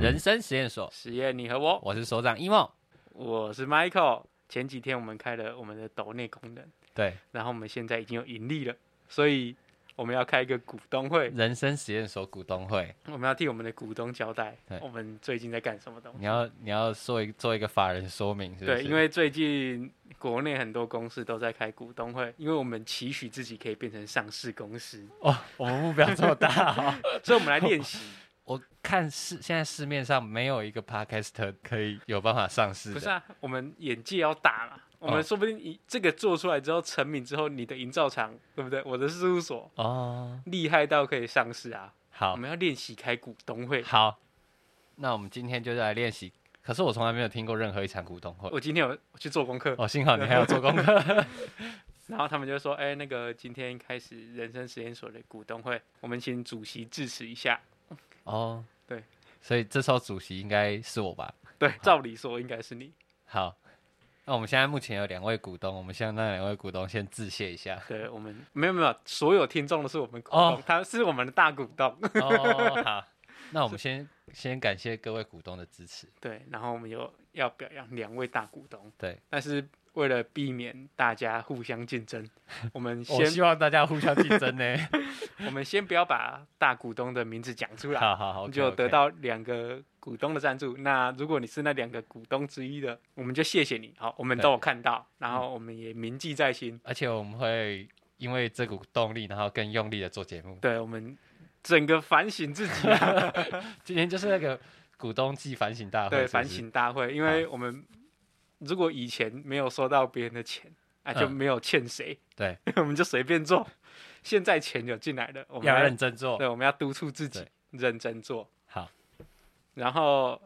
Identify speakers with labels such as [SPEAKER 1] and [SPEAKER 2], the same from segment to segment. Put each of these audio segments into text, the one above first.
[SPEAKER 1] 人生实验所，
[SPEAKER 2] 实验你和我，
[SPEAKER 1] 我是所长 emo。
[SPEAKER 2] 我是 Michael。前几天我们开了我们的抖内功能，
[SPEAKER 1] 对，
[SPEAKER 2] 然后我们现在已经有盈利了，所以我们要开一个股东会，
[SPEAKER 1] 人生实验所股东会，
[SPEAKER 2] 我们要替我们的股东交代
[SPEAKER 1] 对
[SPEAKER 2] 我们最近在干什么东西。
[SPEAKER 1] 你要你要做一做一个法人说明，是不是？
[SPEAKER 2] 对，因为最近国内很多公司都在开股东会，因为我们期许自己可以变成上市公司，
[SPEAKER 1] 哦，我们目标这么大、 哦，
[SPEAKER 2] 所以我们来练 习。
[SPEAKER 1] 我看市现在市面上没有一个 podcaster 可以有办法上市的，
[SPEAKER 2] 不是啊，我们眼界要大嘛。我们
[SPEAKER 1] 哦
[SPEAKER 2] 说不定一这个做出来之后成名之后，你的营造厂对不对？我的事务所
[SPEAKER 1] 哦，
[SPEAKER 2] 厉害到可以上市啊！我
[SPEAKER 1] 好
[SPEAKER 2] 们要练习开股东会。
[SPEAKER 1] 好，那我们今天就来练习。可是我从来没有听过任何一场股东会。
[SPEAKER 2] 我今天有去做功课，
[SPEAKER 1] 哦，幸好你还有做功 课。
[SPEAKER 2] 然后他们就说：“哎、那个今天开始人生实验所的股东会，我们请主席致辞一下。
[SPEAKER 1] 哦，
[SPEAKER 2] 对，
[SPEAKER 1] 所以这时候主席应该是我吧？”
[SPEAKER 2] 对，照理说应该是你。
[SPEAKER 1] 好，那我们现在目前有两位股东，我们向那两位股东先致谢一 下。
[SPEAKER 2] 对我们没有没有，所有听众都是我们股东，
[SPEAKER 1] 哦
[SPEAKER 2] 他是我们的大股东。
[SPEAKER 1] 哦，好， 那我们先先感谢各位股东的支持。
[SPEAKER 2] 对，然后我们有要表扬两位大股东，
[SPEAKER 1] 对，
[SPEAKER 2] 但是为了避免大家互相竞争，我们
[SPEAKER 1] 我
[SPEAKER 2] 先
[SPEAKER 1] 希望大家互相竞争 呢。
[SPEAKER 2] 我们先不要把大股东的名字讲出来，
[SPEAKER 1] 好好好，
[SPEAKER 2] 啊你就
[SPEAKER 1] OK，OK
[SPEAKER 2] 得到两个股东的赞助。那如果你是那两个股东之一的，我们就谢谢你。好，我们
[SPEAKER 1] 对嗯
[SPEAKER 2] 都有看到，然后我们也铭记在心。
[SPEAKER 1] 而且我们会因为这股动力，然后更用力的做节目。
[SPEAKER 2] 对我们整个反省自己啊、
[SPEAKER 1] 今天就是那个股东季反省大会，
[SPEAKER 2] 对
[SPEAKER 1] 是不是
[SPEAKER 2] 反。省大会，因为我们如果以前没有收到别人的钱，啊就
[SPEAKER 1] 嗯
[SPEAKER 2] 没有欠谁，
[SPEAKER 1] 对，
[SPEAKER 2] 我们就随便做。现在钱有进来了，我们
[SPEAKER 1] 要认真做。
[SPEAKER 2] 对，我们要督促自己认真做。
[SPEAKER 1] 好，
[SPEAKER 2] 然后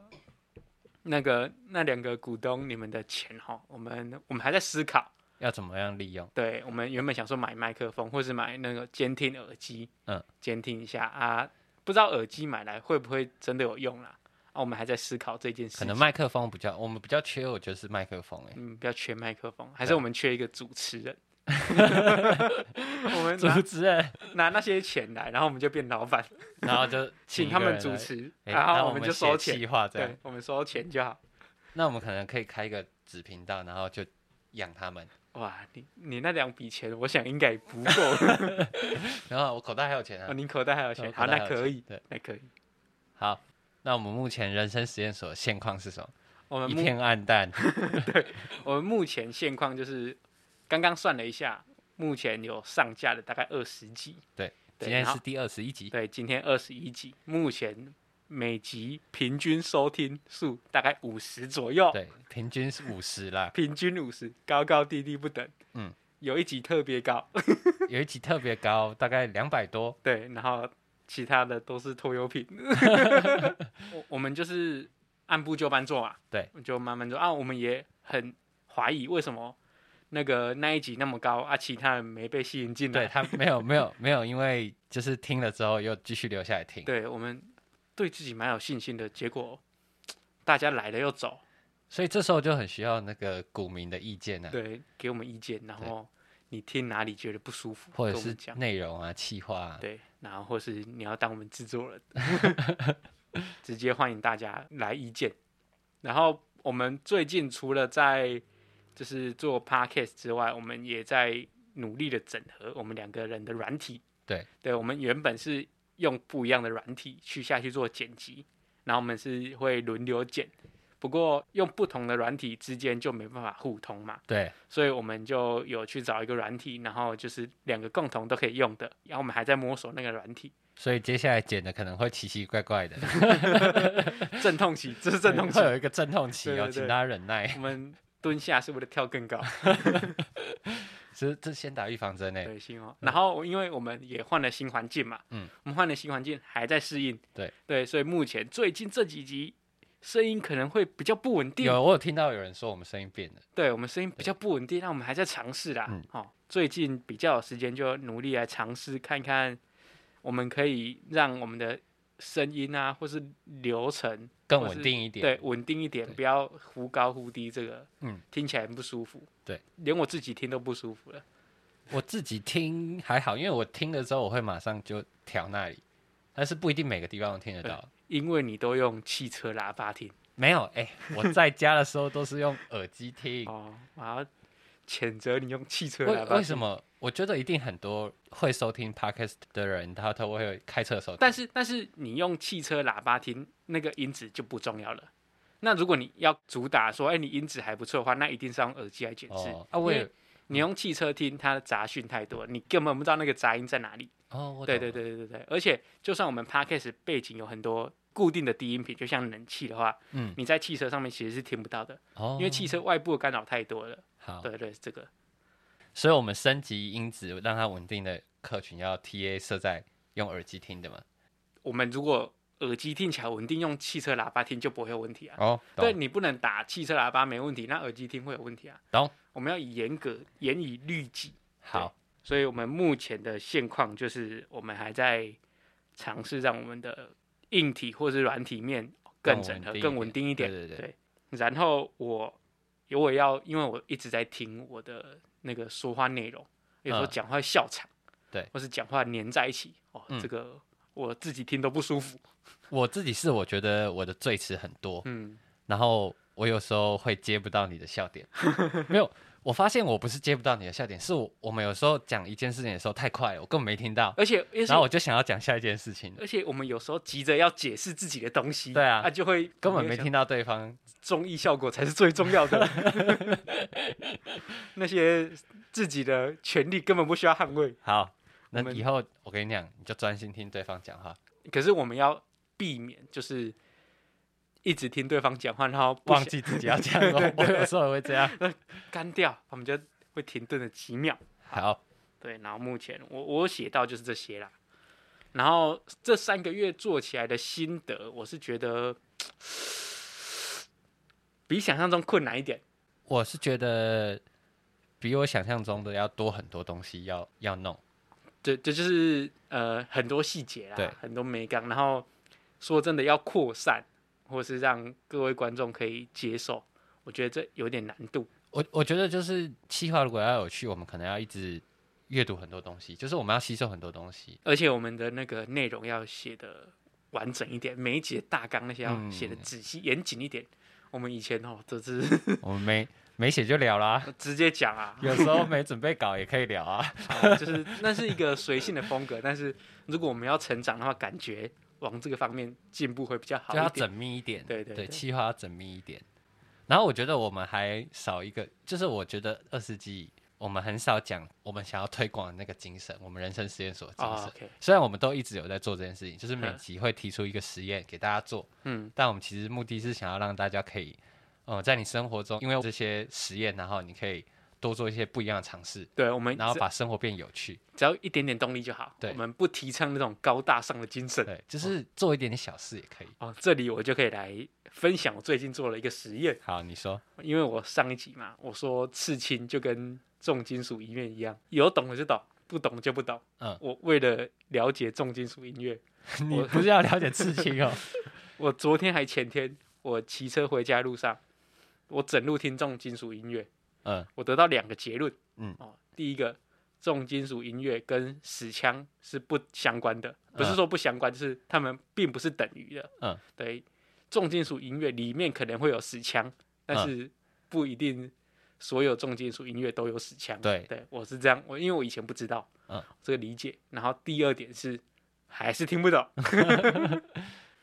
[SPEAKER 2] 那个那两个股东，你们的钱哈，我们我们还在思考。
[SPEAKER 1] 要怎么样利用？
[SPEAKER 2] 对，我们原本想说买麦克风，或是买那个监听耳机，
[SPEAKER 1] 嗯，
[SPEAKER 2] 监听一下啊，不知道耳机买来会不会真的有用啦？啊，我们还在思考这件事
[SPEAKER 1] 可
[SPEAKER 2] 情。
[SPEAKER 1] 能麦克风比较，我们比较缺，我觉得是麦克风哎、
[SPEAKER 2] 嗯，不要缺麦克风，还是我们缺一个主持 人。我们拿
[SPEAKER 1] 主持人，
[SPEAKER 2] 拿那些钱来，然后我们就变老板，
[SPEAKER 1] 然后就
[SPEAKER 2] 请
[SPEAKER 1] 一
[SPEAKER 2] 他
[SPEAKER 1] 个
[SPEAKER 2] 们
[SPEAKER 1] 人
[SPEAKER 2] 主
[SPEAKER 1] 来，
[SPEAKER 2] 持，
[SPEAKER 1] 哎
[SPEAKER 2] 然
[SPEAKER 1] 那
[SPEAKER 2] 后
[SPEAKER 1] 我
[SPEAKER 2] 们就收
[SPEAKER 1] 写
[SPEAKER 2] 钱。
[SPEAKER 1] 企划这样
[SPEAKER 2] 对，，我们收钱就好。
[SPEAKER 1] 那我们可能可以开一个子频道，然后就养他们。
[SPEAKER 2] 哇，你你那两笔钱，我想应该也 不够、
[SPEAKER 1] 然后我口袋还有钱啊
[SPEAKER 2] 哦，，你口袋还有钱，
[SPEAKER 1] 我
[SPEAKER 2] 好，
[SPEAKER 1] 口袋
[SPEAKER 2] 那
[SPEAKER 1] 还有
[SPEAKER 2] 可以，
[SPEAKER 1] 对，
[SPEAKER 2] 那可以。
[SPEAKER 1] 好。那我们目前人生实验所的现况是什么？
[SPEAKER 2] 我们
[SPEAKER 1] 一
[SPEAKER 2] 目
[SPEAKER 1] 片暗淡。
[SPEAKER 2] 我们呃目前现况就是，刚刚算了一下，目前有上架的大概二十集，
[SPEAKER 1] 对，
[SPEAKER 2] 对
[SPEAKER 1] 今天
[SPEAKER 2] 然
[SPEAKER 1] 是
[SPEAKER 2] 后
[SPEAKER 1] 第二十一集，
[SPEAKER 2] 对，今天二十一集，目前每集平均收听数大概五十左右，
[SPEAKER 1] 对，平均是五十啦。
[SPEAKER 2] 平均五十，高高低低不等。
[SPEAKER 1] 嗯，
[SPEAKER 2] 有一集特别高，
[SPEAKER 1] 有一集特别高，大概两百多。
[SPEAKER 2] 对，然后其他的都是拖油瓶。 我我们就是按部就班做嘛，
[SPEAKER 1] 对，
[SPEAKER 2] 就慢慢做啊。我们也很怀疑为什么那个那一集那么高啊，其他人没被吸引进
[SPEAKER 1] 对
[SPEAKER 2] 来。
[SPEAKER 1] 他没有没有没有，因为就是听了之后又继续留下来听，
[SPEAKER 2] 对，我们对自己蛮有信心的，结果大家来了又走，
[SPEAKER 1] 所以这时候就很需要那个股民的意见呢、啊，
[SPEAKER 2] 对，给我们意见，然后你听哪里觉得不舒服，
[SPEAKER 1] 或
[SPEAKER 2] 跟
[SPEAKER 1] 者
[SPEAKER 2] 我们
[SPEAKER 1] 是
[SPEAKER 2] 讲，
[SPEAKER 1] 内容啊、企划啊。
[SPEAKER 2] 对，然后或是你要当我们制 作人，直接欢迎大家来意见。然后我们最近除了在就是做 podcast 之外，我们也在努力的整合我们两个人的软体。
[SPEAKER 1] 对，
[SPEAKER 2] 对，我们原本是用不一样的软体去下去做剪辑，然后我们是会轮流剪。不过用不同的软体之间就没办法互通嘛，
[SPEAKER 1] 对
[SPEAKER 2] 所以我们就有去找一个软体，然后就是两个共同都可以用的。然后我们还在摸索那个软体，
[SPEAKER 1] 所以接下来剪的可能会奇奇怪怪的，
[SPEAKER 2] 阵痛期，这是阵痛期
[SPEAKER 1] 会。有一个阵痛期
[SPEAKER 2] 对对
[SPEAKER 1] 哦，
[SPEAKER 2] 对
[SPEAKER 1] 请大家忍耐。
[SPEAKER 2] 我们蹲下是为了跳更高，
[SPEAKER 1] 其实这先打预防针呢，欸
[SPEAKER 2] 对，行哦。然后因为我们也换了新环境嘛，
[SPEAKER 1] 嗯，
[SPEAKER 2] 我们换了新环境还在适应，
[SPEAKER 1] 对
[SPEAKER 2] 对，所以目前最近这几集声音可能会比较不稳定，
[SPEAKER 1] 有我有听到有人说我们声音变了，
[SPEAKER 2] 对我们声音比较不稳定，那我们还在尝试啦
[SPEAKER 1] 嗯。
[SPEAKER 2] 哦，最近比较有时间，就努力来尝试看看，我们可以让我们的声音啊，或是流程
[SPEAKER 1] 更
[SPEAKER 2] 或是
[SPEAKER 1] 稳定一点。
[SPEAKER 2] 对稳定一点，
[SPEAKER 1] 对
[SPEAKER 2] 不要忽高忽低，这个
[SPEAKER 1] 嗯
[SPEAKER 2] 听起来很不舒服。
[SPEAKER 1] 对，
[SPEAKER 2] 连我自己听都不舒服了。
[SPEAKER 1] 我自己听还好，因为我听了之后我会马上就调那里，但是不一定每个地方都听得到。
[SPEAKER 2] 因为你都用汽车喇叭听
[SPEAKER 1] 没有，哎、我在家的时候都是用耳机听。
[SPEAKER 2] 哦，啊我要谴责你用汽车
[SPEAKER 1] 为
[SPEAKER 2] 喇叭
[SPEAKER 1] 为
[SPEAKER 2] 听。
[SPEAKER 1] 什么？我觉得一定很多会收听 podcast 的人，他都会开车的时候。
[SPEAKER 2] 但是但是你用汽车喇叭听，那个音质就不重要了。那如果你要主打说，哎、你音质还不错的话，那一定是用耳机来检视。
[SPEAKER 1] 哦，啊，我
[SPEAKER 2] 因
[SPEAKER 1] 也
[SPEAKER 2] 为你用汽车听，它的杂讯太多，你根本不知道那个杂音在哪里。
[SPEAKER 1] 哦，我
[SPEAKER 2] 对
[SPEAKER 1] 懂
[SPEAKER 2] 对
[SPEAKER 1] 了，
[SPEAKER 2] 对对对对，而且就算我们 podcast 背景有很多固定的低音频，就像冷气的话，
[SPEAKER 1] 嗯，
[SPEAKER 2] 你在汽车上面其实是听不到的，
[SPEAKER 1] 哦，
[SPEAKER 2] 因为汽车外部的干扰太多了。
[SPEAKER 1] 好，
[SPEAKER 2] 对对，这个
[SPEAKER 1] 所以我们升级音质，让它稳定的客群要 TA 设在用耳机听的嘛。
[SPEAKER 2] 我们如果耳机听起来稳定，用汽车喇叭听就不会有问题啊。
[SPEAKER 1] 哦，
[SPEAKER 2] 对
[SPEAKER 1] 懂，
[SPEAKER 2] 你不能打汽车喇叭没问题，那耳机听会有问题啊。
[SPEAKER 1] 懂，
[SPEAKER 2] 我们要以严格严以律己，
[SPEAKER 1] 好，
[SPEAKER 2] 所以我们目前的现况就是我们还在尝试让我们的硬体或是软体面更整合、更
[SPEAKER 1] 更
[SPEAKER 2] 稳
[SPEAKER 1] 稳
[SPEAKER 2] 定一点。
[SPEAKER 1] 对对对，
[SPEAKER 2] 然后我有我要，因为我一直在听我的那个说话内容，有时候
[SPEAKER 1] 嗯
[SPEAKER 2] 讲话笑场，
[SPEAKER 1] 对
[SPEAKER 2] 或是讲话粘在一起，哦，
[SPEAKER 1] 嗯
[SPEAKER 2] 这个我自己听都不舒服。
[SPEAKER 1] 我自己是我觉得我的最词很多，
[SPEAKER 2] 嗯，
[SPEAKER 1] 然后我有时候会接不到你的笑点， 没有。我发现我不是接不到你的笑点，是我我们有时候讲一件事情的时候太快了，我根本没听到，
[SPEAKER 2] 而且而且
[SPEAKER 1] 然后我就想要讲下一件事 情了，
[SPEAKER 2] 而且我们有时候急着要解释自己的东西，
[SPEAKER 1] 对啊
[SPEAKER 2] 啊就会
[SPEAKER 1] 根本没
[SPEAKER 2] 想
[SPEAKER 1] 听到对方
[SPEAKER 2] 综艺效果才是最重要的。 那些自己的权利根本不需要捍卫，
[SPEAKER 1] 好，那
[SPEAKER 2] 我们
[SPEAKER 1] 以后我跟你讲，你就专心听对方讲话，
[SPEAKER 2] 可是我们要避免就是一直听对方讲话，然后不
[SPEAKER 1] 忘
[SPEAKER 2] 想
[SPEAKER 1] 记自己要讲了。 我有时候也会这样。
[SPEAKER 2] 干掉，我们就会停顿了几秒。
[SPEAKER 1] 好，
[SPEAKER 2] 对，然后目前我我写到就是这些啦。然后这三个月做起来的心得，我是觉得比想象中困难一点。
[SPEAKER 1] 我是觉得比我想象中的要多很多东西要要弄。
[SPEAKER 2] 这这就是呃很多细节
[SPEAKER 1] 对
[SPEAKER 2] 啦，很多美感。然后说真的要扩散，或是让各位观众可以接受，我觉得这有点难度。
[SPEAKER 1] 我我觉得就是企划如果要有趣，我们可能要一直阅读很多东西，就是我们要吸收很多东西。
[SPEAKER 2] 而且我们的那个内容要写的完整一点，每一集的大纲那些要
[SPEAKER 1] 嗯
[SPEAKER 2] 写的仔细严谨一点。我们以前哦，都是
[SPEAKER 1] 我们没没写就聊啦，
[SPEAKER 2] 直接讲啊，
[SPEAKER 1] 有时候没准备稿也可以聊啊。
[SPEAKER 2] 好就是那是一个随性的风格。但是如果我们要成长的话，感觉往这个方面进步会比较好
[SPEAKER 1] 就要
[SPEAKER 2] 一点。
[SPEAKER 1] 缜密一点，
[SPEAKER 2] 对对
[SPEAKER 1] 对，
[SPEAKER 2] 对
[SPEAKER 1] 企划要缜密一点。然后我觉得我们还少一个，就是我觉得二十集我们很少讲我们想要推广的那个精神，我们人生实验所的精
[SPEAKER 2] 哦
[SPEAKER 1] 神。
[SPEAKER 2] ，OK，
[SPEAKER 1] 虽然我们都一直有在做这件事情，就是每
[SPEAKER 2] 嗯
[SPEAKER 1] 集会提出一个实验给大家做，
[SPEAKER 2] 嗯，
[SPEAKER 1] 但我们其实目的是想要让大家可以，呃，在你生活中因为这些实验，然后你可以多做一些不一样的尝试，
[SPEAKER 2] 对，我们
[SPEAKER 1] 然后
[SPEAKER 2] 只
[SPEAKER 1] 把生活变有趣。
[SPEAKER 2] 只要一点点动力就好。
[SPEAKER 1] 对
[SPEAKER 2] 我们不提倡那种高大上的精神。
[SPEAKER 1] 对，就是做一点点小事也可以。
[SPEAKER 2] 哦，这里我就可以来分享我最近做了一个实验，
[SPEAKER 1] 好，你说，
[SPEAKER 2] 因为我上一集嘛，我说刺青就跟重金属音乐一样，有懂的就懂，不懂就不懂。
[SPEAKER 1] 嗯
[SPEAKER 2] 我为了了解重金属音乐，
[SPEAKER 1] 你不是要了解刺青 哦？
[SPEAKER 2] 我昨天还前天，我骑车回家路上，我整路听重金属音乐，
[SPEAKER 1] 嗯，
[SPEAKER 2] 我得到两个结论。
[SPEAKER 1] 嗯，
[SPEAKER 2] 哦，第一个，重金属音乐跟死腔是不相关的，不是
[SPEAKER 1] 嗯
[SPEAKER 2] 说不相关，就是他们并不是等于的。
[SPEAKER 1] 嗯，
[SPEAKER 2] 对，重金属音乐里面可能会有死腔，但
[SPEAKER 1] 嗯
[SPEAKER 2] 是不一定所有重金属音乐都有死腔。
[SPEAKER 1] 对
[SPEAKER 2] 对我是这样，我因为我以前不知道，
[SPEAKER 1] 嗯，
[SPEAKER 2] 这个理解。然后第二点是，还是听 不懂。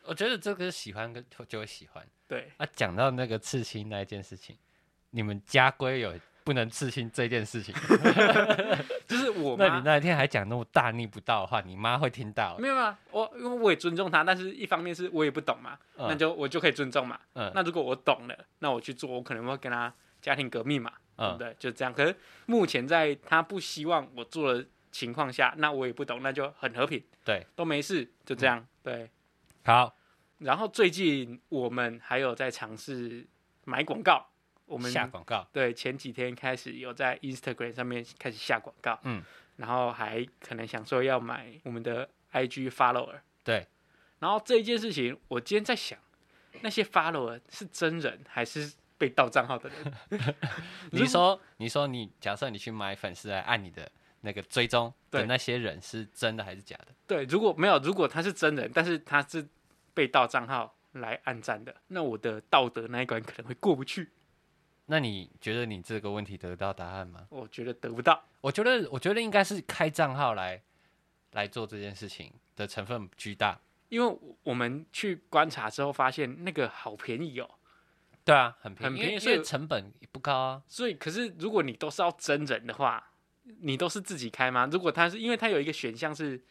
[SPEAKER 1] 我觉得这个喜欢跟就会喜欢
[SPEAKER 2] 对，
[SPEAKER 1] 啊。讲到那个刺青那一件事情，你们家规有不能刺青这件事情，
[SPEAKER 2] 就是我
[SPEAKER 1] 那
[SPEAKER 2] 妈
[SPEAKER 1] 你那一天还讲那么大逆不道的话，你妈会听到。
[SPEAKER 2] 没有啊，我因为我也尊重他，但是一方面是我也不懂嘛，
[SPEAKER 1] 嗯
[SPEAKER 2] 那就我就可以尊重嘛。
[SPEAKER 1] 嗯
[SPEAKER 2] 那如果我懂了，那我去做，我可能会跟他家庭革命嘛，对不
[SPEAKER 1] 嗯，
[SPEAKER 2] 对？就这样。可是目前在他不希望我做的情况下，那我也不懂，那就很和平，
[SPEAKER 1] 对，嗯
[SPEAKER 2] 都没事，就这样。对。
[SPEAKER 1] 好，
[SPEAKER 2] 然后最近我们还有在尝试买广告，我
[SPEAKER 1] 我
[SPEAKER 2] 们
[SPEAKER 1] 下广告。
[SPEAKER 2] 对前几天开始有在 Instagram 上面开始下广告，
[SPEAKER 1] 嗯，
[SPEAKER 2] 然后还可能想说要买我们的 IG follower。
[SPEAKER 1] 对，
[SPEAKER 2] 然后这一件事情，我今天在想，那些 follower 是真人还是被盗账号的人？
[SPEAKER 1] 你说你说你假设你去买粉丝来按你的，那个追踪的
[SPEAKER 2] 对
[SPEAKER 1] 那些人是真的还是假的？
[SPEAKER 2] 对，如果没有，如果他是真人，但是他是被盗账号来暗赞的，那我的道德那一关可能会过不去，
[SPEAKER 1] 那你觉得你这个问题得到答案吗？
[SPEAKER 2] 我觉得得不到。
[SPEAKER 1] 我觉得，我觉得应该是开账号来来做这件事情的成分巨大。
[SPEAKER 2] 因为我们去观察之后发现那个好便宜哦，
[SPEAKER 1] 对啊，很便宜，因
[SPEAKER 2] 很
[SPEAKER 1] 为
[SPEAKER 2] 便宜
[SPEAKER 1] 所以
[SPEAKER 2] 所以
[SPEAKER 1] 成本也不高啊。
[SPEAKER 2] 所以可是如果你都是要真人的话，你都是自己开吗？如果他是因为他有一个选项是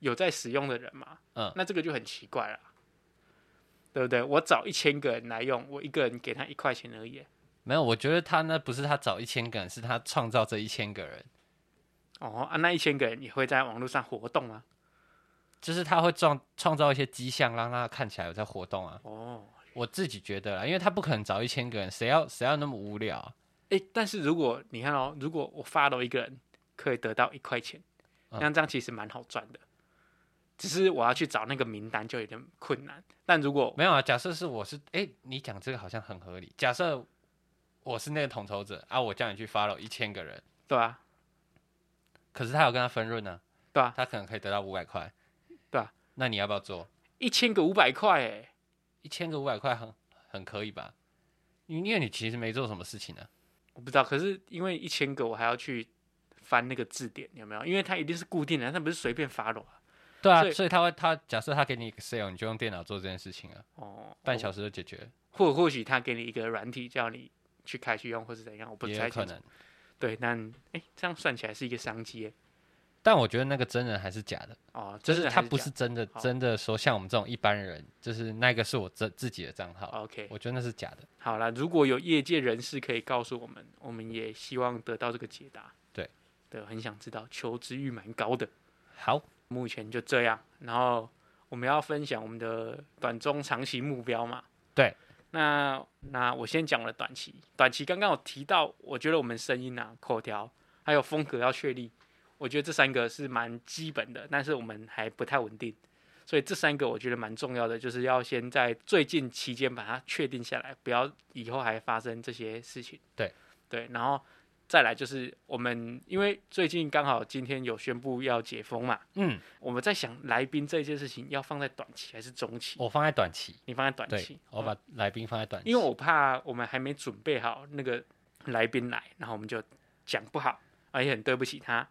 [SPEAKER 2] 有在使用的人嘛，
[SPEAKER 1] 嗯
[SPEAKER 2] 那这个就很奇怪了，对不对？我找一千个人来用，我一个人给他一块钱而已耶，
[SPEAKER 1] 没有，我觉得他那不是他找一千个人，是他创造这一千个人，
[SPEAKER 2] 哦啊，那一千个人也会在网络上活动啊，
[SPEAKER 1] 就是他会创创造一些迹象，让他看起来有在活动啊。
[SPEAKER 2] 哦，
[SPEAKER 1] 我自己觉得啦，因为他不可能找一千个人，谁要谁要那么无聊、啊？
[SPEAKER 2] 诶，但是如果你看哦，如果我发了一个人可以得到一块钱，
[SPEAKER 1] 嗯
[SPEAKER 2] 那这样其实蛮好赚的。只是我要去找那个名单就有点困难。但如果
[SPEAKER 1] 没有啊，假设是我是，哎、你讲这个好像很合理。假设我是那个统筹者啊，我叫你去 follow 一千个人，
[SPEAKER 2] 对啊，
[SPEAKER 1] 可是他有跟他分润呢、
[SPEAKER 2] 对啊
[SPEAKER 1] 他可能可以得到五百块，
[SPEAKER 2] 对啊，
[SPEAKER 1] 那你要不要做？
[SPEAKER 2] 一千个五百块，哎，
[SPEAKER 1] 一千个五百块很很可以吧？因因为你其实没做什么事情呢、啊
[SPEAKER 2] 我不知道。可是因为一千个，我还要去翻那个字典，有没有？因为它一定是固定的，它不是随便发的啊。
[SPEAKER 1] 对啊，
[SPEAKER 2] 所以
[SPEAKER 1] 所以他会他假设他给你 Excel，你就用电脑做这件事情啊，
[SPEAKER 2] 哦，
[SPEAKER 1] 半小时就解决了，
[SPEAKER 2] 或或许他给你一个软体，叫你去开去用，或是怎样，我不
[SPEAKER 1] 也
[SPEAKER 2] 太
[SPEAKER 1] 有
[SPEAKER 2] 清
[SPEAKER 1] 可
[SPEAKER 2] 楚。
[SPEAKER 1] 能。
[SPEAKER 2] 对，但哎，这样算起来是一个商机耶。
[SPEAKER 1] 但我觉得那个真人还是假的，
[SPEAKER 2] 哦，
[SPEAKER 1] 就
[SPEAKER 2] 真
[SPEAKER 1] 是
[SPEAKER 2] 的
[SPEAKER 1] 他
[SPEAKER 2] 还
[SPEAKER 1] 不
[SPEAKER 2] 假
[SPEAKER 1] 是真的
[SPEAKER 2] 好
[SPEAKER 1] 真的说像我们这种一般人，就是那个是我自自己的账号，
[SPEAKER 2] OK。
[SPEAKER 1] 我觉得那是假的。
[SPEAKER 2] 好啦，如果有业界人士可以告诉我们，我们也希望得到这个解答。
[SPEAKER 1] 对，
[SPEAKER 2] 对，很想知道，求知欲蛮高的。
[SPEAKER 1] 好，
[SPEAKER 2] 目前就这样，然后我们要分享我们的短中长期目标嘛？
[SPEAKER 1] 对。
[SPEAKER 2] 那那我先讲我的短期，短期刚刚有提到，我觉得我们声音啊、口条还有风格要确立，我觉得这三个是蛮基本的，但是我们还不太稳定，所以这三个我觉得蛮重要的，就是要先在最近期间把它确定下来，不要以后还发生这些事情。
[SPEAKER 1] 对
[SPEAKER 2] 对，然后再来就是我们因为最近刚好今天有宣布要解封嘛，
[SPEAKER 1] 嗯，
[SPEAKER 2] 我们在想来宾这件事情要放在短期还是中期？
[SPEAKER 1] 我放在短期，
[SPEAKER 2] 你放在短期嗯
[SPEAKER 1] 对，，我把来宾放在短期，
[SPEAKER 2] 因为我怕我们还没准备好那个来宾来，然后我们就讲不好，而且很对不起他。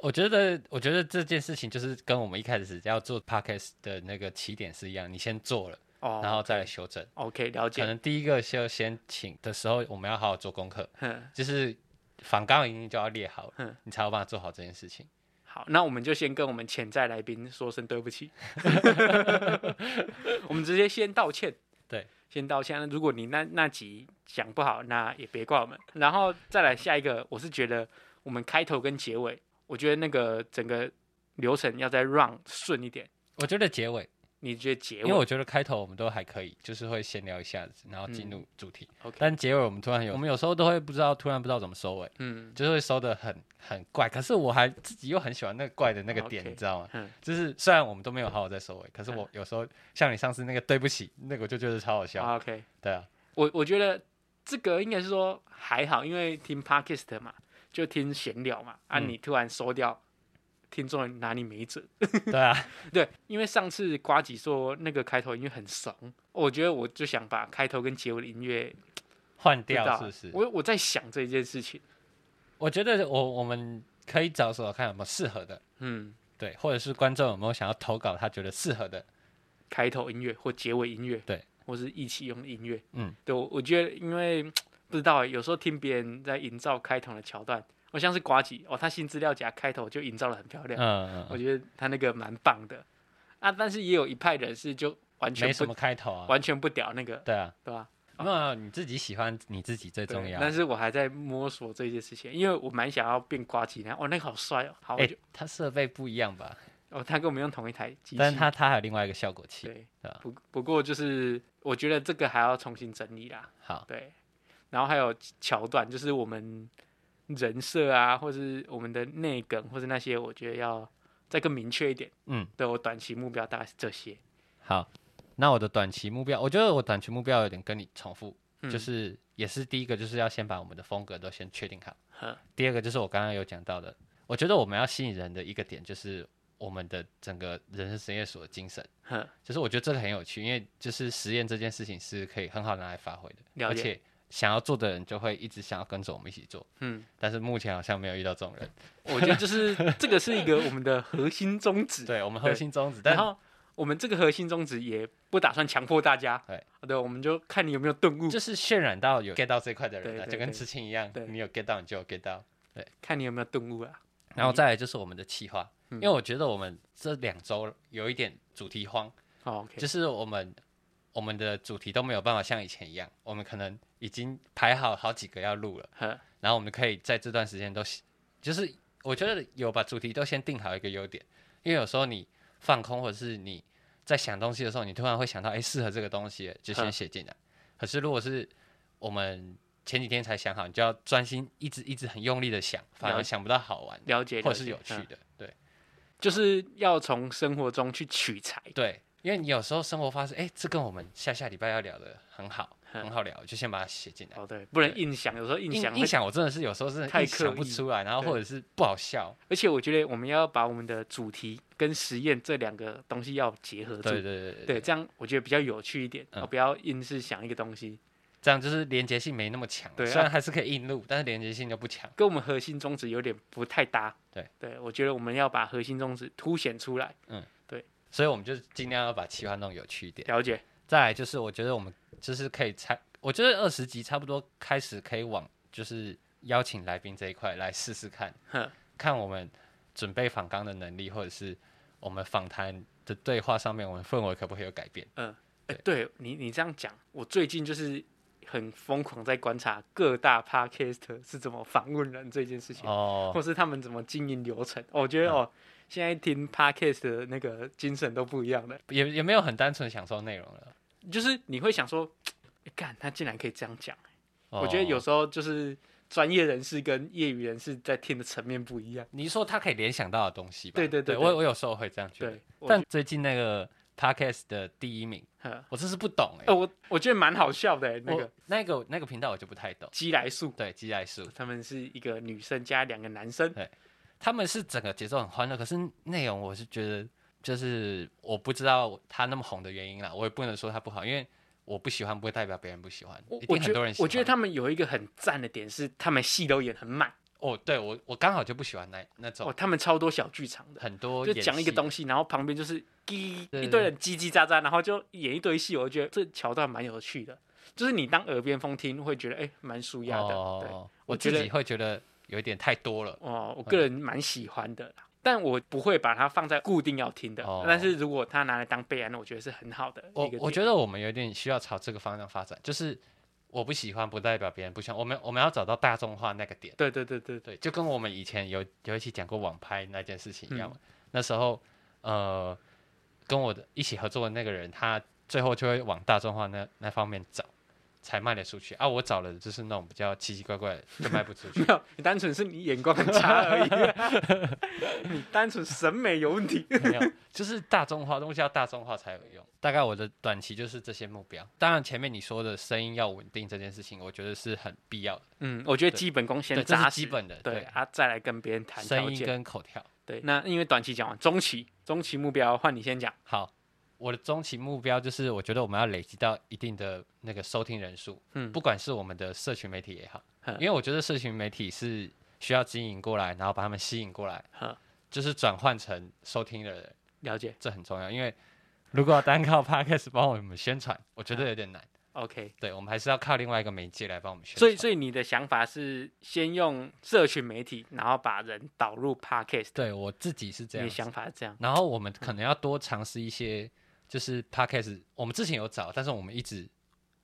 [SPEAKER 1] 我觉得，我觉得这件事情就是跟我们一开始要做 podcast 的那个起点是一样，你先做了，
[SPEAKER 2] 哦，
[SPEAKER 1] 然后再来修正。
[SPEAKER 2] OK 了
[SPEAKER 1] 可
[SPEAKER 2] 解，
[SPEAKER 1] 能第一个就先请的时候，我们要好好做功课，
[SPEAKER 2] 哼，
[SPEAKER 1] 就是访纲已经就要列好了
[SPEAKER 2] 嗯，
[SPEAKER 1] 你才有办法做好这件事情。
[SPEAKER 2] 好，那我们就先跟我们潜在来宾说声对不 起，我们直接先道歉。
[SPEAKER 1] 对，
[SPEAKER 2] 先道歉。那如果你那那集讲不好，那也别怪我们。然后再来下一个，我是觉得我们开头跟结尾，我觉得那个整个流程要再 run 顺一点。
[SPEAKER 1] 我觉得结尾，
[SPEAKER 2] 你觉得结
[SPEAKER 1] 因为
[SPEAKER 2] 尾
[SPEAKER 1] 我觉得开头我们都还可以，就是会闲聊一下子，然后进入主题。
[SPEAKER 2] OK？
[SPEAKER 1] 但结尾我们突然嗯有，我们有时候都会不知道，突然不知道怎么收尾，
[SPEAKER 2] 嗯，
[SPEAKER 1] 就是会收的很很怪。可是我还自己又很喜欢那个怪的那个点，
[SPEAKER 2] OK
[SPEAKER 1] 你知道吗？
[SPEAKER 2] 嗯
[SPEAKER 1] 就是虽然我们都没有好好在收尾，可是我
[SPEAKER 2] 嗯
[SPEAKER 1] 有时候像你上次那个对不起，那个我就觉得超好笑。
[SPEAKER 2] 好 OK。
[SPEAKER 1] 对啊，
[SPEAKER 2] 我我觉得这个应该是说还好，因为听 podcast 嘛，就听闲聊嘛，啊，
[SPEAKER 1] 嗯
[SPEAKER 2] 你突然收掉，听众拿你没辙。
[SPEAKER 1] 对啊，
[SPEAKER 2] 对，因为上次瓜吉说那个开头音乐很怂，我觉得我就想把开头跟结尾的音乐
[SPEAKER 1] 换
[SPEAKER 2] 不知道
[SPEAKER 1] 掉
[SPEAKER 2] 啊
[SPEAKER 1] 是不是？我
[SPEAKER 2] 我我在想这件事情，
[SPEAKER 1] 我觉得我我们可以找找看有没有适合的，
[SPEAKER 2] 嗯，
[SPEAKER 1] 对，或者是观众有没有想要投稿他觉得适合的，
[SPEAKER 2] 开头音乐或结尾音乐，
[SPEAKER 1] 对，
[SPEAKER 2] 或是一起用的音乐，
[SPEAKER 1] 嗯，
[SPEAKER 2] 对我我觉得因为不知道欸，有时候听别人在营造开头的桥段，我像是瓜吉哦，他新资料夹开头就营造的很漂亮，
[SPEAKER 1] 嗯，
[SPEAKER 2] 我
[SPEAKER 1] 嗯
[SPEAKER 2] 觉得他那个蛮棒的啊，但是也有一派人士就完
[SPEAKER 1] 没
[SPEAKER 2] 全
[SPEAKER 1] 什
[SPEAKER 2] 不
[SPEAKER 1] 么开头啊，
[SPEAKER 2] 完全不屌那个，
[SPEAKER 1] 对啊，
[SPEAKER 2] 对吧？
[SPEAKER 1] 那你自己喜欢你自己最重
[SPEAKER 2] 对
[SPEAKER 1] 要。
[SPEAKER 2] 但是我还在摸索这件事情，因为我蛮想要变瓜吉那样，哦，那个好帅哦，好，我
[SPEAKER 1] 哎
[SPEAKER 2] 就、，
[SPEAKER 1] 它设备不一样吧？
[SPEAKER 2] 哦，他跟我们用同一台机器，
[SPEAKER 1] 但是它它还有另外一个效果器。
[SPEAKER 2] 对
[SPEAKER 1] 对吧，啊
[SPEAKER 2] 不不过就是我觉得这个还要重新整理啦，
[SPEAKER 1] 好，
[SPEAKER 2] 对，然后还有桥段，就是我们人设啊，或是我们的内梗，或是那些，我觉得要再更明确一点。
[SPEAKER 1] 嗯，
[SPEAKER 2] 对我短期目标大概是这些，
[SPEAKER 1] 好，那我的短期目标，我觉得我短期目标有点跟你重复，
[SPEAKER 2] 嗯
[SPEAKER 1] 就是也是第一个就是要先把我们的风格都先确定好
[SPEAKER 2] 呵。
[SPEAKER 1] 第二个就是我刚刚有讲到的，我觉得我们要吸引人的一个点就是我们的整个人生实验所的精神，
[SPEAKER 2] 哼，
[SPEAKER 1] 就是我觉得这个很有趣，因为就是实验这件事情是可以很好拿来发挥的，
[SPEAKER 2] 了
[SPEAKER 1] 而
[SPEAKER 2] 解
[SPEAKER 1] 且想要做的人就会一直想要跟着我们一起做，
[SPEAKER 2] 嗯，
[SPEAKER 1] 但是目前好像没有遇到这种人，
[SPEAKER 2] 我觉得就是这个是一个我们的核心宗旨。
[SPEAKER 1] 对我们核心宗旨，但
[SPEAKER 2] 然后我们这个核心宗旨也不打算强迫大家，
[SPEAKER 1] 对
[SPEAKER 2] 对，我们就看你有没有顿 悟，
[SPEAKER 1] 就是渲染到有 get 到这一块的人
[SPEAKER 2] 对
[SPEAKER 1] 啊，
[SPEAKER 2] 对
[SPEAKER 1] 就跟
[SPEAKER 2] 对
[SPEAKER 1] 知青一样
[SPEAKER 2] 对，
[SPEAKER 1] 你有 get 到你就有 get 到。
[SPEAKER 2] 看你有没有顿悟啊。
[SPEAKER 1] 然后再来就是我们的企划，
[SPEAKER 2] 嗯
[SPEAKER 1] 因为我觉得我们这两周有一点主题荒，
[SPEAKER 2] 哦，OK，
[SPEAKER 1] 就是我们我们的主题都没有办法像以前一样，我们可能已经排好好几个要录了，
[SPEAKER 2] 呵，
[SPEAKER 1] 然后我们可以在这段时间都就是我觉得有把主题都先定好一个优点，因为有时候你放空或者是你在想东西的时候，你突然会想到哎适合这个东西就先
[SPEAKER 2] 嗯
[SPEAKER 1] 写进来，可是如果是我们前几天才想好，你就要专心一直一直很用力的想，反
[SPEAKER 2] 了
[SPEAKER 1] 而想不到好玩的
[SPEAKER 2] 嗯了解，
[SPEAKER 1] 或
[SPEAKER 2] 了
[SPEAKER 1] 者是
[SPEAKER 2] 解
[SPEAKER 1] 有趣，
[SPEAKER 2] 嗯
[SPEAKER 1] 的，对。
[SPEAKER 2] 就是要从生活中去取材。
[SPEAKER 1] 对，因为你有时候生活发生，哎、这跟我们下下礼拜要聊的很好，
[SPEAKER 2] 嗯
[SPEAKER 1] 很好聊，就先把它写进来。
[SPEAKER 2] 哦，对，不能硬想，有时候硬
[SPEAKER 1] 印
[SPEAKER 2] 想会
[SPEAKER 1] 印象我真的是有时候真的
[SPEAKER 2] 太
[SPEAKER 1] 硬想
[SPEAKER 2] 刻
[SPEAKER 1] 不
[SPEAKER 2] 意
[SPEAKER 1] 出来，然后
[SPEAKER 2] 对
[SPEAKER 1] 或者是不好笑，
[SPEAKER 2] 而且我觉得我们要把我们的主题跟实验这两个东西要结合住，
[SPEAKER 1] 对对对对，
[SPEAKER 2] 对这样我觉得比较有趣一点，
[SPEAKER 1] 嗯
[SPEAKER 2] 哦不要硬是想一个东西，
[SPEAKER 1] 这样就是连结性没那么强，
[SPEAKER 2] 对啊
[SPEAKER 1] 虽然还是可以硬录，但是连结性就不强。
[SPEAKER 2] 跟我们核心宗旨有点不太搭。
[SPEAKER 1] 对，
[SPEAKER 2] 对我觉得我们要把核心宗旨凸显出来，
[SPEAKER 1] 所以我们就尽量要把企划弄有趣一点。
[SPEAKER 2] 了解，
[SPEAKER 1] 再来就是，我觉得我们就是可以差，我觉得二十集差不多开始可以往就是邀请来宾这一块来试试看，
[SPEAKER 2] 哼，
[SPEAKER 1] 看我们准备访纲的能力，或者是我们访谈的对话上面，我们氛围可不可以有改变？
[SPEAKER 2] 哎、对你你这样讲，我最近就是很疯狂在观察各大 podcaster 是怎么访问人这件事情，
[SPEAKER 1] 哦，
[SPEAKER 2] 或是他们怎么经营流程。我觉得、哦，现在听 podcast 的那个精神都不一样了，
[SPEAKER 1] 也也没有很单纯享受内容了。
[SPEAKER 2] 就是你会想说，哎干、他竟然可以这样讲，
[SPEAKER 1] 哦
[SPEAKER 2] 我觉得有时候就是专业人士跟业余人士在听的层面不一样。
[SPEAKER 1] 你说他可以联想到的东西吧？
[SPEAKER 2] 对对
[SPEAKER 1] 对，
[SPEAKER 2] 对对
[SPEAKER 1] 我我有时候会这样觉得
[SPEAKER 2] 对。，我
[SPEAKER 1] 但
[SPEAKER 2] 觉
[SPEAKER 1] 最近那个 podcast 的第一名，
[SPEAKER 2] 呵
[SPEAKER 1] 我真是不懂哎、
[SPEAKER 2] 呃，我我觉得蛮好笑的、欸那
[SPEAKER 1] 我
[SPEAKER 2] 个
[SPEAKER 1] 那个那个频道我就不太懂。
[SPEAKER 2] 基来素，
[SPEAKER 1] 对，鸡来素，
[SPEAKER 2] 他们是一个女生加两个男生，
[SPEAKER 1] 他们是整个节奏很欢乐，可是内容我是觉得就是我不知道他那么红的原因啦，我也不能说他不好，因为我不喜欢不会代表别人不喜欢，
[SPEAKER 2] 我
[SPEAKER 1] 一
[SPEAKER 2] 我
[SPEAKER 1] 定
[SPEAKER 2] 觉
[SPEAKER 1] 很多
[SPEAKER 2] 得
[SPEAKER 1] 人喜欢。
[SPEAKER 2] 我觉得他们有一个很赞的点是，他们戏都演很满
[SPEAKER 1] 哦，对我我刚好就不喜欢那那种
[SPEAKER 2] 哦，他们超多小剧场的，
[SPEAKER 1] 很多
[SPEAKER 2] 就讲一个
[SPEAKER 1] 西，
[SPEAKER 2] 东西，然后旁边就是叽
[SPEAKER 1] 对
[SPEAKER 2] 一堆人叽叽喳喳，然后就演一堆戏，我觉得这桥段蛮有趣的，就是你当耳边风听会觉得哎蛮舒压的，对
[SPEAKER 1] 哦，我
[SPEAKER 2] 我
[SPEAKER 1] 自
[SPEAKER 2] 觉得
[SPEAKER 1] 己会觉得有一点太多了。
[SPEAKER 2] 哦，我个人蛮喜欢的啦。但我不会把它放在固定要听的，
[SPEAKER 1] 哦
[SPEAKER 2] 但是如果它拿来当备案，我觉得是很好的一
[SPEAKER 1] 我
[SPEAKER 2] 个点。
[SPEAKER 1] 我觉得我们有点需要朝这个方向发展，就是我不喜欢不代表别人不喜欢，我们我们要找到大众化那个点。
[SPEAKER 2] 对对对对对，
[SPEAKER 1] 对，就跟我们以前有有一起讲过网拍那件事情一样
[SPEAKER 2] 嗯
[SPEAKER 1] 嘛。那时候，呃，跟我的一起合作的那个人，他最后就会往大众化那那方面找，才卖得出去啊。我找了就是那种比较奇奇怪怪的，就卖不出去
[SPEAKER 2] 没。有，你单纯是你眼光很差而已，你单纯审美有问题。
[SPEAKER 1] 没有，就是大众化东西要大众化才有用。大概我的短期就是这些目标。当然，前面你说的声音要稳定这件事情，我觉得是很必要的，
[SPEAKER 2] 嗯，我觉得
[SPEAKER 1] 对
[SPEAKER 2] 基本功先
[SPEAKER 1] 对，这
[SPEAKER 2] 扎
[SPEAKER 1] 是
[SPEAKER 2] 实，
[SPEAKER 1] 基本的。
[SPEAKER 2] 对啊，再来跟别人谈条
[SPEAKER 1] 声音
[SPEAKER 2] 件。
[SPEAKER 1] 跟口条。
[SPEAKER 2] 对，那因为短期讲完，中期中期目标换你先讲。
[SPEAKER 1] 好，我的中期目标就是，我觉得我们要累积到一定的那个收听人数，
[SPEAKER 2] 嗯
[SPEAKER 1] 不管是我们的社群媒体也好，
[SPEAKER 2] 哼
[SPEAKER 1] 因为我觉得社群媒体是需要经营过来，然后把他们吸引过来
[SPEAKER 2] 呵，
[SPEAKER 1] 就是转换成收听的人，
[SPEAKER 2] 了解
[SPEAKER 1] 这很重要，因为。如果单靠 podcast 帮我们宣传，我觉得有点难。
[SPEAKER 2] ，OK。
[SPEAKER 1] 对，我们还是要靠另外一个媒介来帮我们宣传。
[SPEAKER 2] 所以，所以你的想法是先用社群媒体，然后把人导入 Podcast。
[SPEAKER 1] 对我自己是这
[SPEAKER 2] 你
[SPEAKER 1] 样
[SPEAKER 2] 的
[SPEAKER 1] 想。
[SPEAKER 2] 想法是这样，
[SPEAKER 1] 然后我们可能要多尝试一些，就是 podcast。我们之前有找，但是我们一直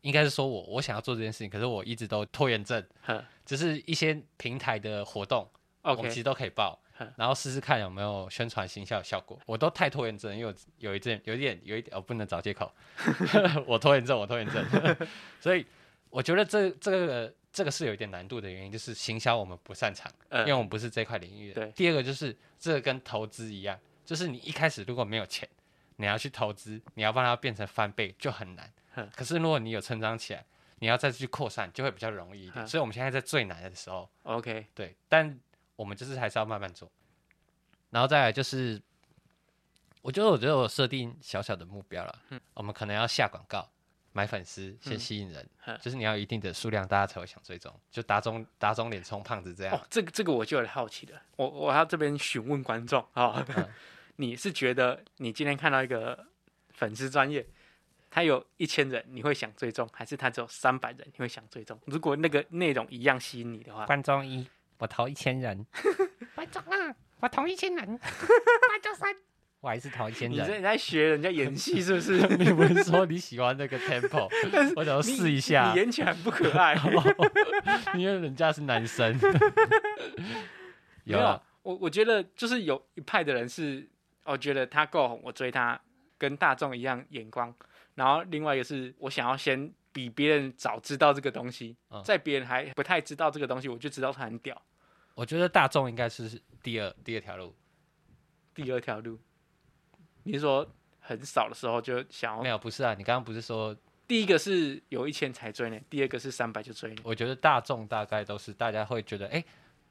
[SPEAKER 1] 应该是说我我想要做这件事情，可是我一直都拖延症。
[SPEAKER 2] 呵
[SPEAKER 1] 就是一些平台的活动我们其
[SPEAKER 2] ，OK，
[SPEAKER 1] 实都可以报
[SPEAKER 2] 哼，
[SPEAKER 1] 然后试试看有没有宣传行销的效果。我都太拖延症，因为我有一阵有一点有一点，我、哦不能找借 口， 我拖延症，我拖延症， 所以我觉得这这个这个是有一点难度的原因，就是行销我们不擅长，因为
[SPEAKER 2] 呃，
[SPEAKER 1] 我们不是这块领域的。
[SPEAKER 2] 对
[SPEAKER 1] 第二个就是这个跟投资一样，就是你一开始如果没有钱，你要去投资，你要让它变成翻倍就很难
[SPEAKER 2] 哼。
[SPEAKER 1] 可是如果你有成长起来，你要再去扩散，就会比较容易一点。
[SPEAKER 2] 哼
[SPEAKER 1] 所以我们现在在最难的时候，
[SPEAKER 2] ，OK，
[SPEAKER 1] 对，但。我们就是还是要慢慢做。然后再来就是，我觉得我觉得我设定小小的目标了，我们可能要下广告。买粉丝先吸引人，
[SPEAKER 2] 呵
[SPEAKER 1] 就是你要有一定的数量，大家才会想追踪。就打肿打肿脸充胖子这样，
[SPEAKER 2] 哦，这个这个我就有点好奇了，我我要这边询问观众啊，
[SPEAKER 1] 嗯
[SPEAKER 2] 你是觉得你今天看到一个粉丝专业，他有一千人，你会想追踪，还是他只有三百人，你会想追踪？如果那个内容一样吸引你的话，
[SPEAKER 1] 观众一，我投一千人；观众二，我投一千人；观众三，我还是投一千
[SPEAKER 2] 你这你在学人家演戏是不是？
[SPEAKER 1] 你不是说你喜欢那个 tempo，我想要
[SPEAKER 2] 你
[SPEAKER 1] 试一下
[SPEAKER 2] 你。演起来很不可 爱。
[SPEAKER 1] 因为人家是男 生。
[SPEAKER 2] 没
[SPEAKER 1] 有啊，
[SPEAKER 2] 我我觉得就是有一派的人是，我觉得他够红，我追他，跟大众一样眼光。然后另外一个是我想要先比别人早知道这个东西，
[SPEAKER 1] 嗯
[SPEAKER 2] 在别人还不太知道这个东西，我就知道他很屌。
[SPEAKER 1] 我觉得大众应该是第二第二条路，
[SPEAKER 2] 第二条路，你是说很少的时候就想
[SPEAKER 1] 没
[SPEAKER 2] 要，
[SPEAKER 1] 有不是啊？你刚刚不是说，
[SPEAKER 2] 第一个是有一千才追呢，第二个是三百就追呢。
[SPEAKER 1] 我觉得大众大概都是大家会觉得，哎、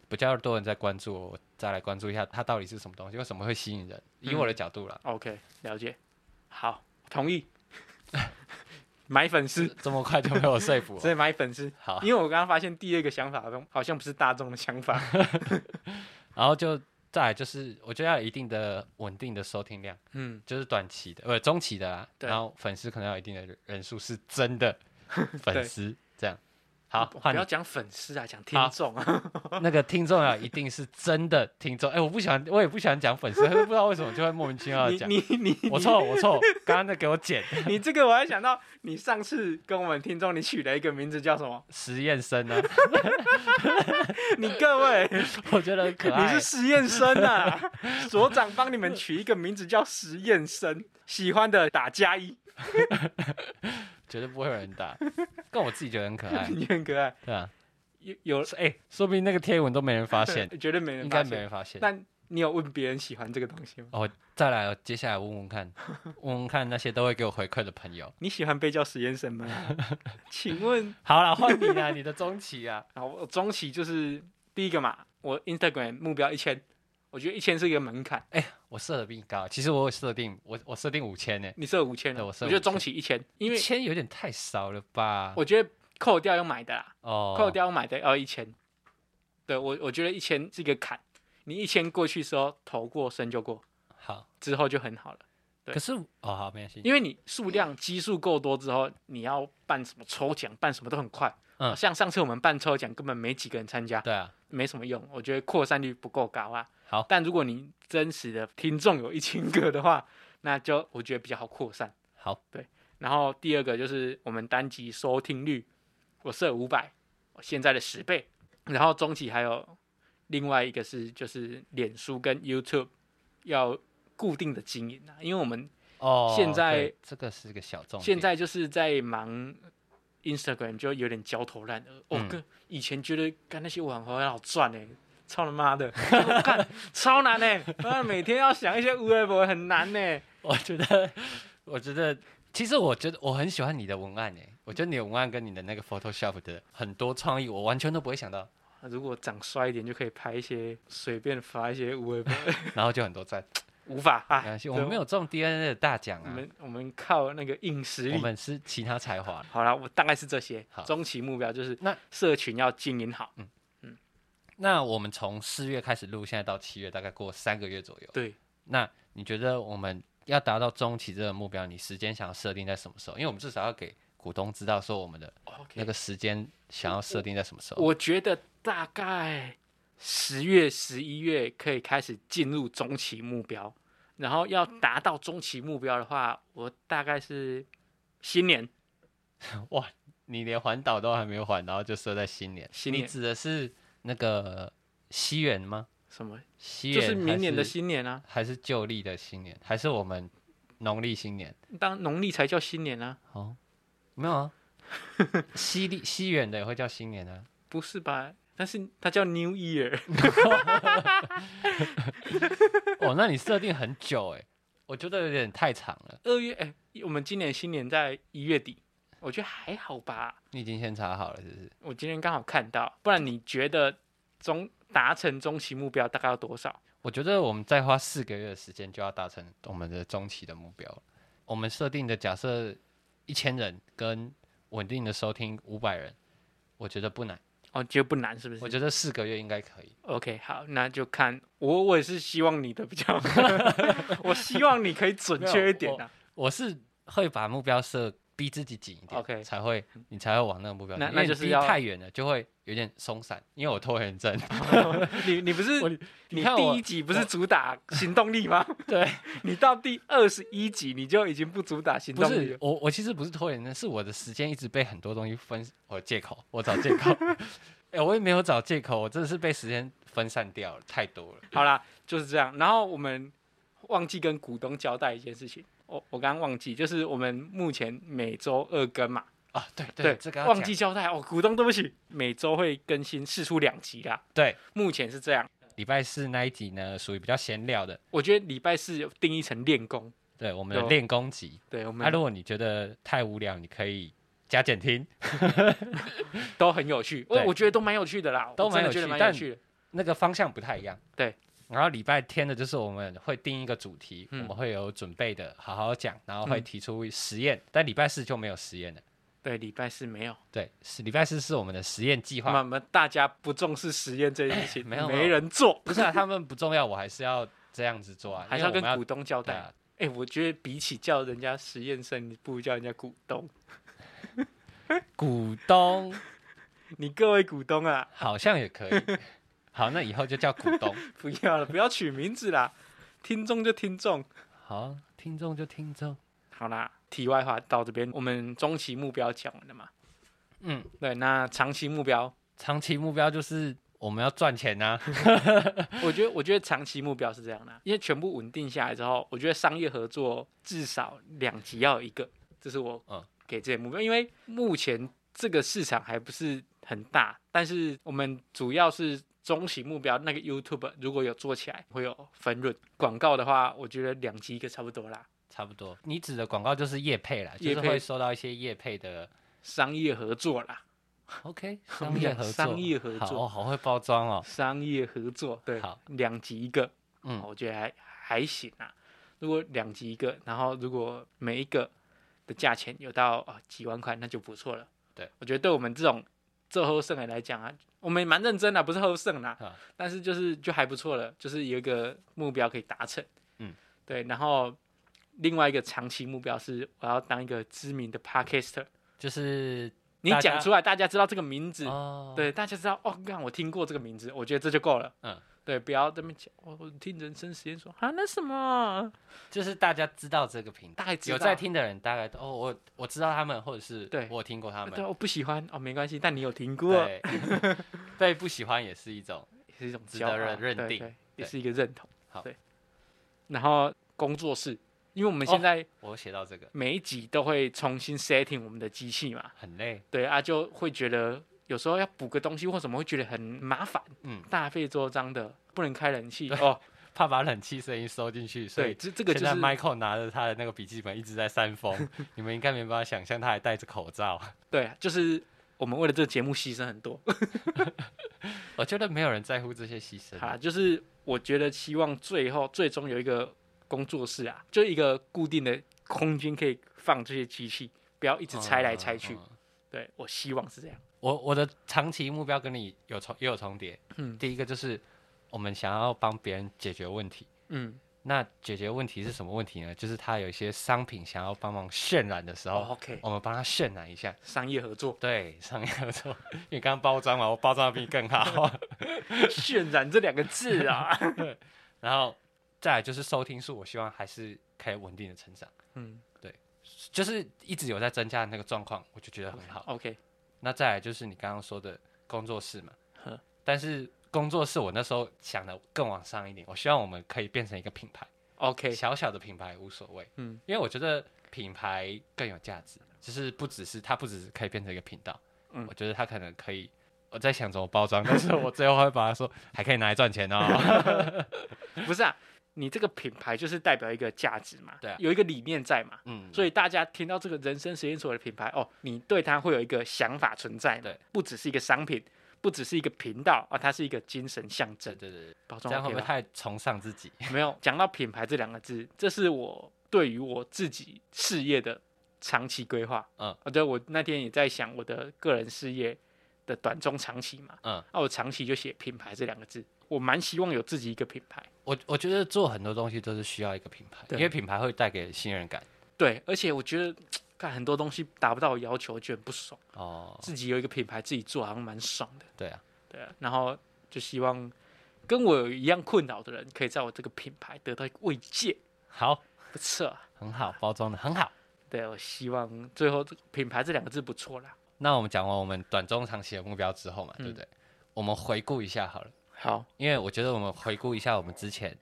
[SPEAKER 1] 比较多人在关注我，我再来关注一下它到底是什么东西，为什么会吸引人？以
[SPEAKER 2] 嗯
[SPEAKER 1] 我的角度啦，
[SPEAKER 2] OK，了解，好，同意，买粉丝，
[SPEAKER 1] 这么快就被我说服
[SPEAKER 2] 所以买粉丝。
[SPEAKER 1] 好，
[SPEAKER 2] 因为我刚刚发现第二个想法中好像不是大众的 想法，
[SPEAKER 1] 然后就再来就是，我觉得要有一定的稳定的收听量，
[SPEAKER 2] 嗯，
[SPEAKER 1] 就是短期的，呃，中期的啦。
[SPEAKER 2] 对
[SPEAKER 1] 然后粉丝可能要有一定的人人数是真 的粉丝这样。好，
[SPEAKER 2] 不
[SPEAKER 1] 换
[SPEAKER 2] 要
[SPEAKER 1] 你
[SPEAKER 2] 讲粉丝啊，讲听众啊，
[SPEAKER 1] 那个听众啊要一定是真的听众。哎，我不喜欢，我也不喜欢讲粉丝， 不知道为什么就会莫名其妙的
[SPEAKER 2] 你
[SPEAKER 1] 讲。
[SPEAKER 2] 你你
[SPEAKER 1] 我错，我错，刚刚在给我剪
[SPEAKER 2] 你这个我还想到，你上次跟我们听众你取了一个名字叫什么？
[SPEAKER 1] 实验生啊呢，
[SPEAKER 2] 你各位，
[SPEAKER 1] 我觉得很可
[SPEAKER 2] 你
[SPEAKER 1] 爱
[SPEAKER 2] 是。实验生 啊，所长帮你们取一个名字叫实验生，喜欢的打加一，
[SPEAKER 1] 绝对不会有人 打，但我自己觉得很可爱，
[SPEAKER 2] 你很可爱，
[SPEAKER 1] 对啊。
[SPEAKER 2] 有有
[SPEAKER 1] 哎，说不定那个贴文都没人发现，
[SPEAKER 2] 绝对没人
[SPEAKER 1] 应
[SPEAKER 2] 发
[SPEAKER 1] 该没人
[SPEAKER 2] 现，
[SPEAKER 1] 发现。
[SPEAKER 2] 但你有问别人喜欢这个东西吗？
[SPEAKER 1] 哦，再来，我接下来问问看，问问看那些都会给我回馈的朋友。
[SPEAKER 2] 你喜欢被叫实验生 吗？请问
[SPEAKER 1] 好了，换你啦，你的中期啊。
[SPEAKER 2] 然后我中期就是第一个嘛，我 Instagram 目标一千，我觉得一千是一个门槛，
[SPEAKER 1] 我设的比你高，其实我有设定，我我设定五千呢，
[SPEAKER 2] 你设五千
[SPEAKER 1] 对
[SPEAKER 2] 了，
[SPEAKER 1] 我
[SPEAKER 2] 我
[SPEAKER 1] 设
[SPEAKER 2] 觉得
[SPEAKER 1] 5000
[SPEAKER 2] 中期一千，因为
[SPEAKER 1] 一千有点太少了吧？
[SPEAKER 2] 我觉得扣掉要买的啦，
[SPEAKER 1] 哦，
[SPEAKER 2] 扣掉要买的要一千，对我我觉得一千是一个坎，你一千过去之后头过身就过，
[SPEAKER 1] 好，
[SPEAKER 2] 之后就很好了，对
[SPEAKER 1] 可是哦好没关系，
[SPEAKER 2] 因为你数量基数够多之后，你要办什么抽奖，办什么都很快，
[SPEAKER 1] 嗯
[SPEAKER 2] 像上次我们办抽奖根本没几个人参加，
[SPEAKER 1] 对啊，
[SPEAKER 2] 没什么用，我觉得扩散率不够高啊。
[SPEAKER 1] 好
[SPEAKER 2] 但如果你真实的听众有一千个的话， 那就我觉得比较好扩散。
[SPEAKER 1] 好，
[SPEAKER 2] 然后第二个就是我们单集收听率，我设五百，我现在的十倍。然后中期还有另外一个是就是脸书跟 YouTube 要固定的经营啊，因为我们
[SPEAKER 1] 哦，
[SPEAKER 2] 现在
[SPEAKER 1] 对这个是个小众点，
[SPEAKER 2] 现在就是在忙 Instagram，就有点焦头烂额。我、
[SPEAKER 1] 嗯
[SPEAKER 2] 哥、以前觉得干那些网红很好赚呢、欸操他妈的， 我干超难呢、欸妈每天要想一些无微博很难呢、欸
[SPEAKER 1] 我觉得，我觉得，其实我觉得我很喜欢你的文案诶，我觉得你的文案跟你的那个 Photoshop 的很多创意，我完全都不会想到，
[SPEAKER 2] 如果长帅一点，就可以拍一些随便发一些无微博，
[SPEAKER 1] 然后就很多赞，
[SPEAKER 2] 无法
[SPEAKER 1] 没
[SPEAKER 2] 啊
[SPEAKER 1] 关系，。我们没
[SPEAKER 2] 有，
[SPEAKER 1] 有中 DNA 的大奖
[SPEAKER 2] 我
[SPEAKER 1] 啊，
[SPEAKER 2] 们我们靠那个硬实
[SPEAKER 1] 我
[SPEAKER 2] 力。
[SPEAKER 1] 们是其他才华。
[SPEAKER 2] 好啦，我大概是这些
[SPEAKER 1] 好。
[SPEAKER 2] 中期目标就是
[SPEAKER 1] 那嗯
[SPEAKER 2] 社群要经营好。
[SPEAKER 1] 那我们从四月开始录，现在到七月，大概过三个月左右。
[SPEAKER 2] 对，
[SPEAKER 1] 那你觉得我们要达到中期这个目标，你时间想要设定在什么时候？因为我们至少要给股东知道说我们的
[SPEAKER 2] OK
[SPEAKER 1] 那个时间想要设定在什么时候。
[SPEAKER 2] 我觉得大概十月、十一月可以开始进入中期目标，然后要达到中期目标的话，我大概是新年，
[SPEAKER 1] 哇，你连环岛都还没有环，然后就设在新年？
[SPEAKER 2] 新
[SPEAKER 1] 你
[SPEAKER 2] 年
[SPEAKER 1] 指的是那个西元吗？
[SPEAKER 2] 什么
[SPEAKER 1] 西
[SPEAKER 2] 就
[SPEAKER 1] 元
[SPEAKER 2] 是明年的
[SPEAKER 1] 还是
[SPEAKER 2] 新年啊，
[SPEAKER 1] 还是旧历的新年，还是我们农历新年？
[SPEAKER 2] 当农历才叫新年啊，
[SPEAKER 1] 哦，没有 啊，西历西元的也会叫新年啊。
[SPEAKER 2] 不是吧？但是它叫 New Year，
[SPEAKER 1] 哦，那你设定很久哎、我觉得有点太长了。
[SPEAKER 2] 二月哎、我们今年新年在一月底，我觉得还好吧。
[SPEAKER 1] 你已经先查好了，是不是？
[SPEAKER 2] 我今天刚好看到，不然你觉得中达成中期目标大概要多少？
[SPEAKER 1] 我觉得我们再花四个月的时间就要达成我们的中期的目标了。我们设定的假设一千人跟稳定的收听五百人，我觉得不难，
[SPEAKER 2] 哦，觉得不难是不是？
[SPEAKER 1] 我觉得四个月应该可以。
[SPEAKER 2] OK，好，那就看我，我也是希望你的比较， 我希望你可以准确一点啊。
[SPEAKER 1] 我是会把目标设逼自己紧一点
[SPEAKER 2] OK 嗯
[SPEAKER 1] 才会你才会往那个目标走。
[SPEAKER 2] 那
[SPEAKER 1] 因为
[SPEAKER 2] 那就
[SPEAKER 1] 你
[SPEAKER 2] 是
[SPEAKER 1] 逼
[SPEAKER 2] 要
[SPEAKER 1] 太远了，就会有点松散。因为我拖延症，
[SPEAKER 2] 你你不是
[SPEAKER 1] 我
[SPEAKER 2] 你
[SPEAKER 1] 看
[SPEAKER 2] 第
[SPEAKER 1] 我
[SPEAKER 2] 一集不是主打行动力吗？
[SPEAKER 1] 对，
[SPEAKER 2] 你到第二十一集你就已经不主打行
[SPEAKER 1] 不
[SPEAKER 2] 动力
[SPEAKER 1] 是
[SPEAKER 2] 了。
[SPEAKER 1] 我，我其实不是拖延症，是我的时间一直被很多东西分，我借口，我找借口。 哎、我也没有找借口，我真的是被时间分散掉了，太多了。
[SPEAKER 2] 好啦，就是这样。然后我们忘记跟股东交代一件事情，我我刚刚忘记，就是我们目前每周二更嘛，
[SPEAKER 1] 啊，对
[SPEAKER 2] 对，
[SPEAKER 1] 这个要
[SPEAKER 2] 忘
[SPEAKER 1] 讲
[SPEAKER 2] 记交代哦，股东对不起，每周会更新试出两集啦，
[SPEAKER 1] 对，
[SPEAKER 2] 目前是这样。
[SPEAKER 1] 礼拜四那一集呢，属于比较闲聊的，
[SPEAKER 2] 我觉得礼拜四有定义成练功，
[SPEAKER 1] 对我们的
[SPEAKER 2] 有
[SPEAKER 1] 练功集。
[SPEAKER 2] 对哦我
[SPEAKER 1] 那、
[SPEAKER 2] 们
[SPEAKER 1] 如果你觉得太无聊，你可以加减 听。
[SPEAKER 2] 都很有趣，我
[SPEAKER 1] 对
[SPEAKER 2] 我觉得都蛮有趣的啦，
[SPEAKER 1] 都
[SPEAKER 2] 我真
[SPEAKER 1] 蛮
[SPEAKER 2] 的
[SPEAKER 1] 有
[SPEAKER 2] 觉得
[SPEAKER 1] 趣
[SPEAKER 2] 蛮
[SPEAKER 1] 但
[SPEAKER 2] 有趣的。
[SPEAKER 1] 那个方向不太一样。
[SPEAKER 2] 对。
[SPEAKER 1] 然后礼拜天的，就是我们会定一个主题，
[SPEAKER 2] 嗯
[SPEAKER 1] 我们会有准备的，好好讲，然后会
[SPEAKER 2] 嗯
[SPEAKER 1] 提出实验。但礼拜四就没有实验了。
[SPEAKER 2] 对，礼拜四没有，
[SPEAKER 1] 对，是礼拜四是我们的实验计
[SPEAKER 2] 那
[SPEAKER 1] 划。
[SPEAKER 2] 么大家不重视实验这件事情，
[SPEAKER 1] 没有没有
[SPEAKER 2] 没人做，
[SPEAKER 1] 不是啊，他们不重要，我还是要这样子做啊，
[SPEAKER 2] 还是
[SPEAKER 1] 因为我
[SPEAKER 2] 跟
[SPEAKER 1] 们要
[SPEAKER 2] 股东交
[SPEAKER 1] 对
[SPEAKER 2] 代。
[SPEAKER 1] 啊，
[SPEAKER 2] 哎、我觉得比起叫人家实验生，你不如叫人家股东。
[SPEAKER 1] 股东
[SPEAKER 2] 你各位股东啊，
[SPEAKER 1] 好像也可以。 好，那以后就叫股东。
[SPEAKER 2] 不要了，不要取名字啦， 听众就听众。
[SPEAKER 1] 好，听众就听众。
[SPEAKER 2] 好啦，题外话到这边，我们中期目标讲完了嘛？
[SPEAKER 1] 嗯，
[SPEAKER 2] 对，那长期目标，
[SPEAKER 1] 长期目标就是我们要赚钱啊呐、
[SPEAKER 2] 我觉得，我觉得长期目标是这样的，因为全部稳定下来之后，我觉得商业合作至少两级要有一个，这是我
[SPEAKER 1] 嗯
[SPEAKER 2] 给这些目标，因为目前这个市场还不是很大，但是我们主要是中期目标，那个 YouTube 如果有做起来，会有分润。广告的话，我觉得两级一个差不多啦。
[SPEAKER 1] 差不多。你指的广告就是业配啦，就
[SPEAKER 2] 业
[SPEAKER 1] 是
[SPEAKER 2] 配
[SPEAKER 1] 会收到一些业配的。
[SPEAKER 2] 商业合作啦，
[SPEAKER 1] OK，
[SPEAKER 2] 我
[SPEAKER 1] 商
[SPEAKER 2] 们
[SPEAKER 1] 业
[SPEAKER 2] 讲
[SPEAKER 1] 合作，
[SPEAKER 2] 商业合
[SPEAKER 1] 好、
[SPEAKER 2] 作
[SPEAKER 1] 哦，好会包装哦。
[SPEAKER 2] 商业合作，对
[SPEAKER 1] 好，
[SPEAKER 2] 两级一个，
[SPEAKER 1] 嗯
[SPEAKER 2] 我觉得还还行啊。如果两集一个，然后如果每一个的价钱有到啊、几万块，那就不错了。
[SPEAKER 1] 对，
[SPEAKER 2] 我觉得对我们这种做后生的来讲啊，我们也蛮认真的，不是后生啦，
[SPEAKER 1] 啊
[SPEAKER 2] 但是就是就还不错了，就是有一个目标可以达成。
[SPEAKER 1] 嗯，
[SPEAKER 2] 对，然后另外一个长期目标是我要当一个知名的 podcaster。
[SPEAKER 1] 就是
[SPEAKER 2] 你
[SPEAKER 1] 大家
[SPEAKER 2] 讲出来，大家知道这个名字，
[SPEAKER 1] 哦，，
[SPEAKER 2] 对，大家知道哦，看我听过这个名字，我觉得这就够了。
[SPEAKER 1] 嗯，
[SPEAKER 2] 对，不要这么讲，哦我我听人生实验说啊，那什么，
[SPEAKER 1] 就是大家知道这个频道
[SPEAKER 2] 大，概知道
[SPEAKER 1] 有在，听的人大概都哦，我我知道他们，或者是
[SPEAKER 2] 对
[SPEAKER 1] 我有听过他们
[SPEAKER 2] 对，。我不喜欢哦，没关系，但你有听过，
[SPEAKER 1] 对， 被不喜欢也是一种。
[SPEAKER 2] 也是一种
[SPEAKER 1] 值
[SPEAKER 2] 骄
[SPEAKER 1] 得
[SPEAKER 2] 傲
[SPEAKER 1] 认认
[SPEAKER 2] 对
[SPEAKER 1] 定
[SPEAKER 2] 对也
[SPEAKER 1] 对
[SPEAKER 2] 是一个认同。
[SPEAKER 1] 好
[SPEAKER 2] 对。然后工作室，因为我们
[SPEAKER 1] 哦
[SPEAKER 2] 现在
[SPEAKER 1] 我写到这个
[SPEAKER 2] 每一集都会重新 setting 我们的机器嘛，
[SPEAKER 1] 很累，
[SPEAKER 2] 对啊，就会觉得有时候要补个东西或什么，会觉得很麻烦，
[SPEAKER 1] 嗯，
[SPEAKER 2] 大费周章的，不能开冷气哦，
[SPEAKER 1] 怕把冷气声音收进去， 所
[SPEAKER 2] 对，
[SPEAKER 1] 以。
[SPEAKER 2] 这这个就
[SPEAKER 1] 现在
[SPEAKER 2] 是
[SPEAKER 1] Michael 拿着他的那个笔记本一直在扇风，你们应该没办法想象他还戴着口罩。
[SPEAKER 2] 对，啊就是我们为了这个节目牺牲很多。
[SPEAKER 1] 我觉得没有人在乎这些牺牲
[SPEAKER 2] 好。啦，啊就是我觉得希望最后最终有一个工作室啊，就一个固定的空间可以放这些机器，不要一直拆来拆
[SPEAKER 1] 嗯
[SPEAKER 2] 去。
[SPEAKER 1] 嗯嗯
[SPEAKER 2] 对我希望是这样。
[SPEAKER 1] 我我的长期目标跟你有重也有重叠。
[SPEAKER 2] 嗯
[SPEAKER 1] 第一个就是我们想要帮别人解决问题。
[SPEAKER 2] 嗯，
[SPEAKER 1] 那解决问题是什么问题呢？就是他有一些商品想要帮忙渲染的时候，
[SPEAKER 2] 哦，OK
[SPEAKER 1] 我们帮他渲染一下。
[SPEAKER 2] 商业合作
[SPEAKER 1] 对，商业合作，因为刚刚包装嘛，我包装的比你更好。
[SPEAKER 2] 渲染这两个字啊。
[SPEAKER 1] 然后再来就是收听数，我希望还是可以稳定的成长，
[SPEAKER 2] 嗯
[SPEAKER 1] 就是一直有在增加的那个状况，我就觉得很好。
[SPEAKER 2] ，OK，
[SPEAKER 1] 那再来就是你刚刚说的工作室嘛
[SPEAKER 2] 呵，
[SPEAKER 1] 但是工作室我那时候想的更往上一点，我希望我们可以变成一个品牌，
[SPEAKER 2] OK，
[SPEAKER 1] 小小的品牌无所谓，
[SPEAKER 2] 嗯，
[SPEAKER 1] 因为我觉得品牌更有价值，就是不只是它不只是可以变成一个频道，
[SPEAKER 2] 嗯
[SPEAKER 1] 我觉得它可能可以。我在想怎么包装，但是我最后会把它说还可以拿来赚钱 哦。
[SPEAKER 2] 不是啊，你这个品牌就是代表一个价值嘛，
[SPEAKER 1] 对啊
[SPEAKER 2] 有一个理念在嘛。
[SPEAKER 1] 嗯，
[SPEAKER 2] 所以大家听到这个人生实验所的品牌哦，你对它会有一个想法存在嘛，
[SPEAKER 1] 对
[SPEAKER 2] 不只是一个商品，不只是一个频道啊，它是一个精神象征
[SPEAKER 1] 对。对对，对
[SPEAKER 2] 包
[SPEAKER 1] 这
[SPEAKER 2] 装
[SPEAKER 1] 样会
[SPEAKER 2] OK
[SPEAKER 1] 不会
[SPEAKER 2] 吧？
[SPEAKER 1] 太崇尚自己？
[SPEAKER 2] 没有讲到品牌这两个字，这是我对于我自己事业的长期规划。
[SPEAKER 1] 嗯，
[SPEAKER 2] 啊，对，我那天也在想我的个人事业的短中长期嘛。
[SPEAKER 1] 嗯，
[SPEAKER 2] 那、我长期就写品牌这两个字，我蛮希望有自己一个品牌。
[SPEAKER 1] 我我觉得做很多东西都是需要一个品牌，因
[SPEAKER 2] 对
[SPEAKER 1] 为品牌会带给信任感。
[SPEAKER 2] 对，而且我觉得看很多东西达不到我要求，觉得很不爽。
[SPEAKER 1] 哦，
[SPEAKER 2] 自己有一个品牌，自己做好像蛮爽的。
[SPEAKER 1] 对啊，
[SPEAKER 2] 对啊，然后就希望跟我有一样困扰的人，可以在我这个品牌得到一个慰藉，
[SPEAKER 1] 好，
[SPEAKER 2] 不错啊。
[SPEAKER 1] 很好，包装的很好。
[SPEAKER 2] 对，我希望最后这个品牌这两个字不错啦。
[SPEAKER 1] 那我们讲完我们短中长期的目标之后嘛，对不对？我们回顾一下好了，
[SPEAKER 2] 好，
[SPEAKER 1] 因为我觉得我们回顾一下我们之前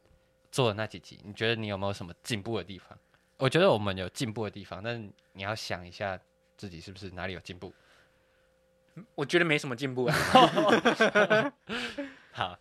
[SPEAKER 1] 做的那几集，你觉得你有没有什么进步的地方？我觉得我们有进步的地方，但是你要想一下自己是不是哪里有进步。
[SPEAKER 2] 我觉得没什么进步 啊。
[SPEAKER 1] 好，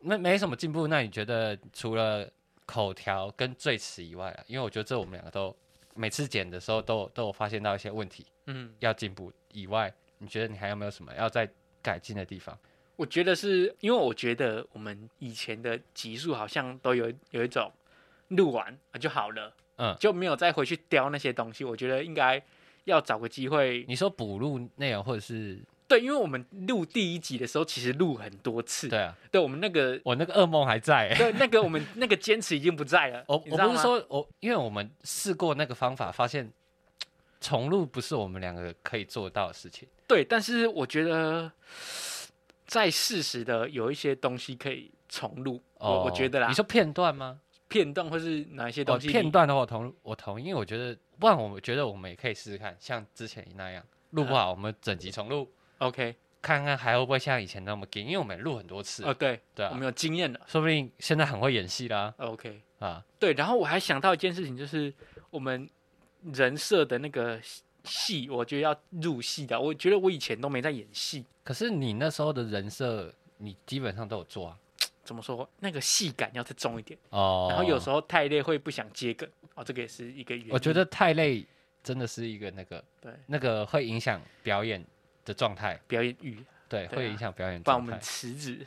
[SPEAKER 1] 那没什么进步，那你觉得除了口条跟最词以外啊，因为我觉得这我们两个都每次剪的时候都有都有发现到一些问题
[SPEAKER 2] 嗯，
[SPEAKER 1] 要进步以外，你觉得你还有没有什么要再改进的地方？
[SPEAKER 2] 我觉得是因为我觉得我们以前的集数好像都有有一种录完啊就好了，
[SPEAKER 1] 嗯
[SPEAKER 2] 就没有再回去雕那些东西。我觉得应该要找个机会，
[SPEAKER 1] 你说补录内容或者是
[SPEAKER 2] 对，因为我们录第一集的时候其实录很多次，
[SPEAKER 1] 对啊，
[SPEAKER 2] 对我们那个
[SPEAKER 1] 我那个噩梦还在、欸。
[SPEAKER 2] 对，那个我们那个坚持已哎哦经不在了。
[SPEAKER 1] 我
[SPEAKER 2] 你
[SPEAKER 1] 我
[SPEAKER 2] 知道
[SPEAKER 1] 不是
[SPEAKER 2] 吗，
[SPEAKER 1] 说我，因为我们试过那个方法，发现重录不是我们两个可以做到的事情。
[SPEAKER 2] 对，但是我觉得在适时的有一些东西可以重录。我我觉得啦
[SPEAKER 1] 哦你，说片段吗？
[SPEAKER 2] 片段或是哪一些
[SPEAKER 1] 哦，
[SPEAKER 2] 东西你，
[SPEAKER 1] 片段的话，我同我同意，因为我觉得，不然我觉得我们也可以试试看，像之前那样录
[SPEAKER 2] 嗯
[SPEAKER 1] 不好，我们整集重录，
[SPEAKER 2] OK，
[SPEAKER 1] 看看还会不会像以前那么劲，因为我们录很多次，
[SPEAKER 2] 哦，对，
[SPEAKER 1] 对
[SPEAKER 2] 我
[SPEAKER 1] 啊，
[SPEAKER 2] 们有经验了。
[SPEAKER 1] 说不定现在很会演戏啦，
[SPEAKER 2] OK，
[SPEAKER 1] 啊，
[SPEAKER 2] 对，然后我还想到一件事情，就是我们人设的那个戏，我觉得要入戏的。我觉得我以前都没在演戏，
[SPEAKER 1] 可是你那时候的人设，你基本上都有做啊，
[SPEAKER 2] 怎么说那个戏感要再重一点。
[SPEAKER 1] 哦，
[SPEAKER 2] 然后有时候太累会不想接梗，哦，这个也是一个原因。
[SPEAKER 1] 我觉得太累真的是一个那个
[SPEAKER 2] 对
[SPEAKER 1] 那个会影响表演的状态，
[SPEAKER 2] 表演欲，
[SPEAKER 1] 对，
[SPEAKER 2] 对啊
[SPEAKER 1] 会影响表演
[SPEAKER 2] 不然
[SPEAKER 1] 状
[SPEAKER 2] 我
[SPEAKER 1] 态
[SPEAKER 2] 们。辞职。